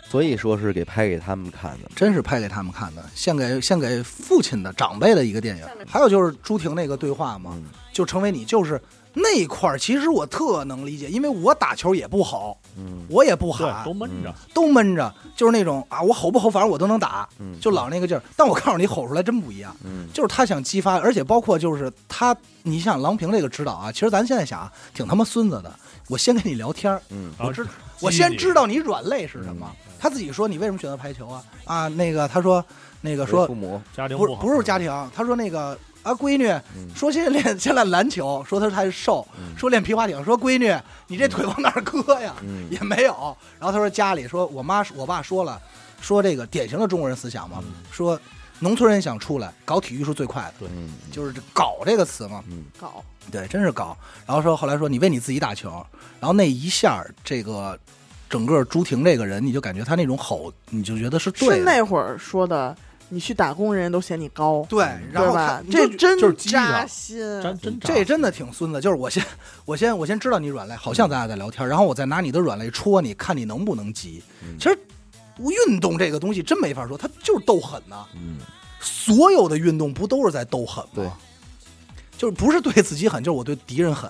所以说是给拍给他们看的。
真是拍给他们看的，献给献给父亲的长辈的一个电影。还有就是朱婷那个对话嘛，
嗯
就成为你就是那一块儿，其实我特能理解，因为我打球也不好，
嗯
我也不
对，
喊
都，闷着。
都闷着，就是那种啊，我吼不吼，反正我都能打，
嗯，
就老那个劲儿。啊但我告诉你，吼出来真不一样。
嗯
就是他想激发，而且包括就是他，你想郎平这个指导啊，其实咱现在想啊，挺他妈孙子的。我先跟你聊天儿，
嗯
然后
我知
激
啊我先
你
知道你软肋是什么。他自己说你为什么选择排球啊？啊，那个他说那个
为
说
父母，
家庭
不是
好啊
不是家庭，他说那个啊闺女
嗯
说现在练现在篮球，说他太瘦，
嗯
说练皮划艇，说闺女你这腿往哪儿搁呀？
嗯
也没有。然后他说家里说我妈我爸说了，说这个典型的中国人思想嘛，说农村人想出来搞体育是最快的，
嗯
就是这“搞”这个词嘛，
嗯
搞
对，真是搞。然后说后来说你为你自己打球，然后那一下儿这个整个朱婷这个人，你就感觉他那种吼，你就觉得是
是
对的，
那会儿说的，你去打工人都嫌你高，
对，然
嗯对
后
吧
他？你就
这
觉
真
就是激
扎
啊
他
心，
真真炸
这真的挺孙子，就是我先我先我先知道你软肋，好
嗯
像咱俩在聊天，然后我再拿你的软肋戳你，看你能不能急
嗯。
其实运动这个东西真没法说，它就是斗狠呐、
嗯，
所有的运动不都是在斗狠吗？
对，
就是不是对自己狠，就是我对敌人狠。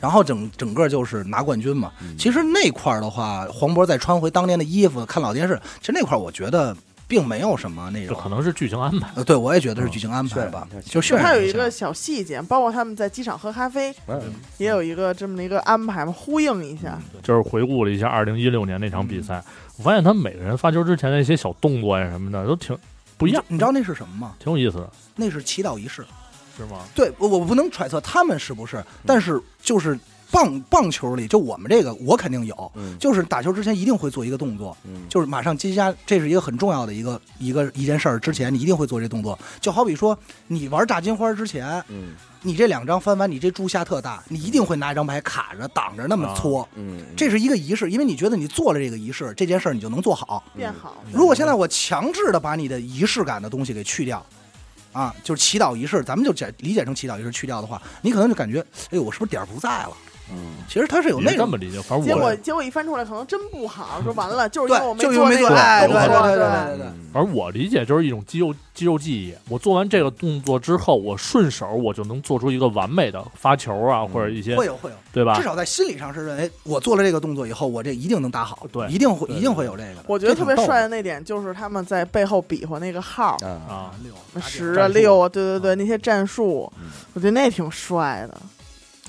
然后整整个就是拿冠军嘛。
嗯
其实那块儿的话，黄渤再穿回当年的衣服，看老电视，其实那块儿我觉得并没有什么那
这
种
可。能是剧情安排。
呃，对，我也觉得是剧情安排吧，
嗯
就
渲
渲
染
染
还有一
下
个小细节，包括他们在机场喝咖啡，
嗯
也有一个这么的一个安排嘛，呼应一下。
就是回顾了一下二零一六年那场
嗯
比赛，我发现他们每个人发球之前那些小动作呀什么的都挺不一样，
你知道那是什么吗？
挺有意思的，
那是祈祷仪式。
是吗？
对，我我不能揣测他们是不是，但是就是棒棒球里，就我们这个，我肯定有，
嗯
就是打球之前一定会做一个动作，
嗯
就是马上接下，这是一个很重要的一个一个一件事儿，之前你一定会做这动作，就好比说你玩炸金花之前，
嗯
你这两张翻完，你这注下特大，你一定会拿一张牌卡着挡着那么搓。
嗯，
这是一个仪式，因为你觉得你做了这个仪式，这件事儿你就能做好。
变好了，
如果现
嗯
在我强制的把你的仪式感的东西给去掉，啊，就是祈祷仪式，咱们就解理解成祈祷仪式去掉的话，你可能就感觉，哎呦，我是不是点儿不在了？
嗯，
其实他是有
你是
那
这
种
么理解，反正
结
我
果结果一翻出来，可能真不好，说完了就是因为我
嗯对，就
做
没
那个，
哎，对
动
对
作
对对
对
对
嗯
对，
反正我理解就是一种肌肉肌肉记忆。我做完这个动作之后，我顺手我就能做出一个完美的发球啊，或者一些
嗯会有会有，
对吧
至？少在心理上是认为我做了这个动作以后，我这一定能打好，
对
一定会
对
一定会有这个的。
我觉得
这挺
特别
逗
帅
的
的那点就是他们在背后比划那个号，
啊，
啊，
六
什
打点
么十
战
啊
术嗯
六啊，对对对，那些战术
嗯，
我觉得那挺帅的。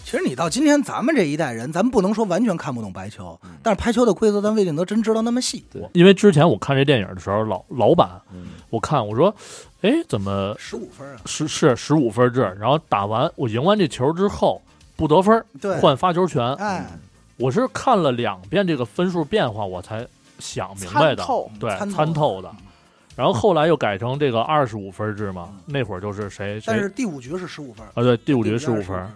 其实你到今天咱们这一代人，咱们不能说完全看不懂排球
嗯，
但是排球的规则咱未见得真知道那么细。
对
因为之前我看这电影的时候，老老板
嗯
我看我说，哎，怎么
十五分啊，
是是十五分制？然后打完我赢完这球之后不得分，
对，
换嗯发球权。
哎，
我是看了两遍这个分数变化，我才想明白
参
的，
透，
对，
参透嗯
参透的。然后后来又改成这个二十五分制嘛，那会儿就是谁
但
谁
是第五局是十五分，
啊，对，第五
第
局
十
十五分。
嗯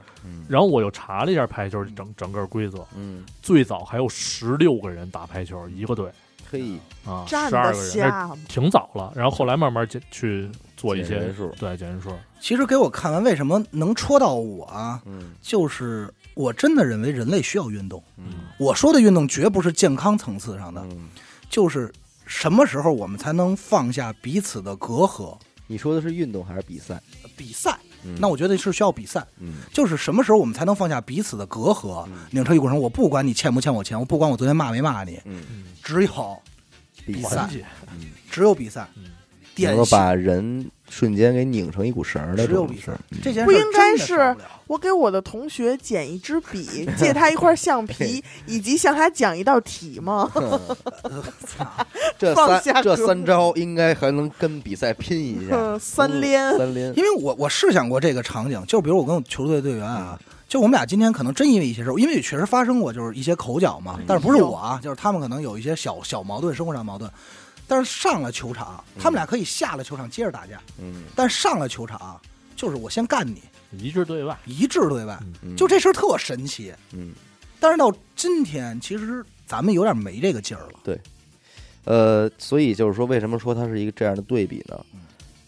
然后我又查了一下排球整整个规则，
嗯，
最早还有十六个人打排球，一个队
嘿，
啊，
站
十
得
二个人，那
下吗，
挺早了。然后后来慢慢减去做一
减
些
人数
对减人数，
其实给我看完，为什么能戳到我啊？
嗯
就是我真的认为人类需要运动。
嗯
我说的运动绝不是健康层次上的，
嗯，
就是什么时候我们才能放下彼此的隔阂？
你说的是运动还是比赛？
比赛，
嗯
那我觉得是需要比赛。
嗯
就是什么时候我们才能放下彼此的隔阂
嗯，
拧成一股绳？我不管你欠不欠我钱，我不管我昨天骂没骂你，
嗯，
嗯，
只有
比
比
赛
赛
团结，
嗯
只有比赛
嗯，
能
典
够
型
把人瞬间给拧成一股绳儿的
只有
这种
比
事
赛
儿， 嗯
这件事
不应
真
该
的少不了
我给我的同学捡一支 笔，借他一块橡皮，以及向他讲一道题 吗？
这
放
三
下
这
胳膊
三招应该还能跟比赛拼一下，
嗯三连
三连，
因为我我设想过这个场景，就比如我跟我球队队员啊，就我们俩今天可能真因为一些事儿，因为也确实发生过就是一些口角嘛，但是不是我啊，就是他们可能有一些小小矛盾，生活上矛盾。但是上了球场，他们俩可以下了球场接着打架，
嗯，
但上了球场就是我先干你，
一致对外。
一致对外，
嗯
就，这事儿特神奇。
嗯，
但是到今天，其实咱们有点没这个劲儿了。
呃，所以就是说，为什么说它是一个这样的对比呢
嗯？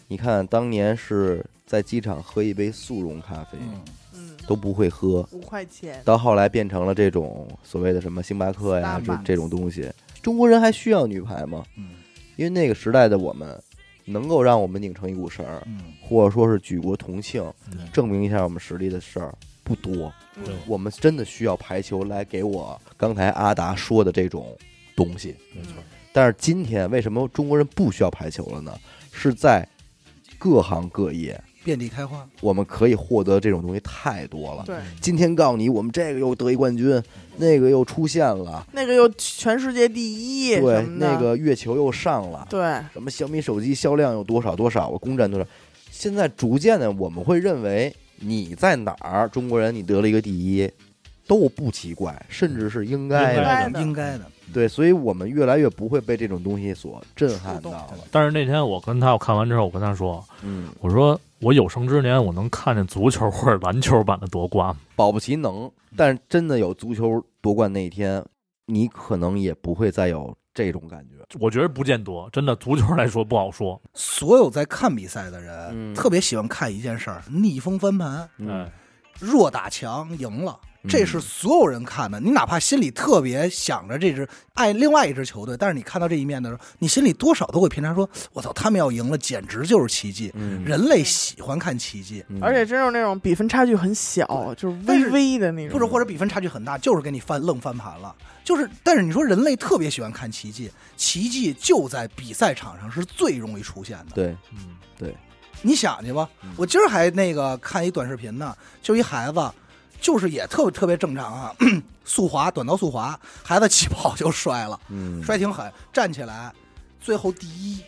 你看，当年是在机场喝一杯速溶咖啡
嗯，
嗯，
都不会喝，
五块钱，
到后来变成了这种所谓的什么星巴克呀
Starbucks
这这种东西。中国人还需要女排吗？
嗯
因为那个时代的我们，能够让我们拧成一股绳儿，
嗯，
或者说是举国同庆，
对
证明一下我们实力的事儿不多。
对
嗯，
我们真的需要排球来给我刚才阿达说的这种东西。
没错，
但是今天为什么中国人不需要排球了呢？是在各行各业，
遍地开花。
我们可以获得这种东西太多了。
嗯
对，
今天告诉你，我们这个又得一冠军，那个又出现了，
那个又全世界第一，
对
什，么的
那个月球又上了，
对，
嗯
什么小米手机销量有多少多少，我攻占多少。现在逐渐的，我们会认为你在哪儿，中国人你得了一个第一，都不奇怪，甚至是应该
应
的。
该的
应该的，
对，所以我们越来越不会被这种东西所震撼到了。
但是那天我跟他，我看完之后，我跟他说，
嗯，
我说我有生之年我能看见足球或者篮球版的夺冠吗？
保不齐能，但是真的有足球夺冠那一天，你可能也不会再有这种感觉。
我觉得不见得，真的足球来说不好说。
所有在看比赛的人、
嗯
特别喜欢看一件事儿：逆风翻盘，
嗯，
弱打强，赢了。
嗯
这是所有人看的，你哪怕心里特别想着这支爱另外一支球队，但是你看到这一面的时候，你心里多少都会偏差说，我操，他们要赢了，简直就是奇迹。
嗯
人类喜欢看奇迹，
嗯
而且真是那种比分差距很小，就是微微的那
或
种，
者或者比分差距很大，就是给你翻愣翻盘了。就是，但是你说人类特别喜欢看奇迹，奇迹就在比赛场上是最容易出现的。
对，
嗯，
你想去吧
嗯，
我今儿还那个看一短视频呢，就一孩子，就是也特别特别正常啊， 速滑短道速滑，孩子起跑就摔了，
嗯，
摔挺狠，站起来，最后第一。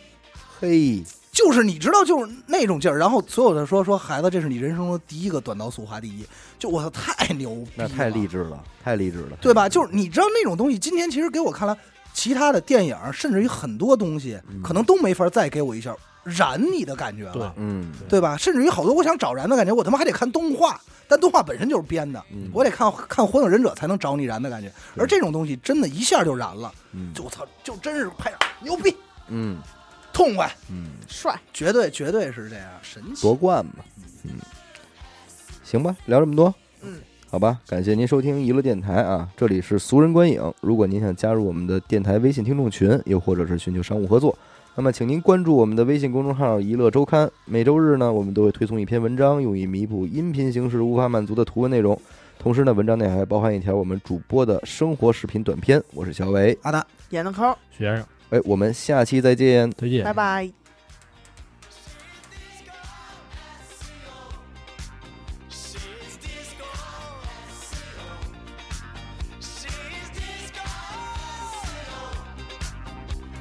嘿，
就是你知道，就是那种劲儿，然后所有的说说孩子，这是你人生中的第一个短道速滑第一，就我操，太牛逼
那
了，
太励志了，太励志了，
对吧？就是你知道那种东西，今天其实给我看来，其他的电影甚至于很多东西，
嗯
可能都没法再给我一下燃你的感觉
对
了，
嗯
对吧？甚至于好多我想找燃的感觉，我他妈还得看动画，但动画本身就是编的，
嗯
我得看看《火影忍者》才能找你燃的感觉。
对
而这种东西真的一下就燃了，
嗯
就我操，就真是拍掌牛逼，
嗯
痛快，
嗯，
帅，
绝对绝对是这样，神奇
夺。冠嘛，嗯，行吧，聊这么多，
嗯，
好吧，感谢您收听娱乐电台啊，这里是俗人观影。如果您想加入我们的电台微信听众群，又或者是寻求商务合作，那么请您关注我们的微信公众号“娱乐周刊”。每周日呢，我们都会推送一篇文章，用以弥补音频形式无法满足的图文内容。同时呢，文章内还包含一条我们主播的生活视频短片。我是小伟，
阿达。
演的抠，
徐先生，
哎，我们下期再见。
再见，
拜拜。
She's disco SEO. She's disco SEO.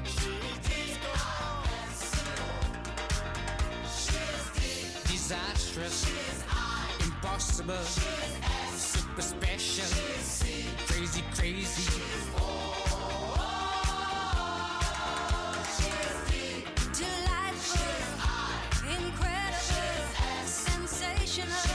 She's disco SEO. She's disastrous. She's impossible. She's super special. She's crazy, crazy.
Delightful, incredible, sensational.
E E E E E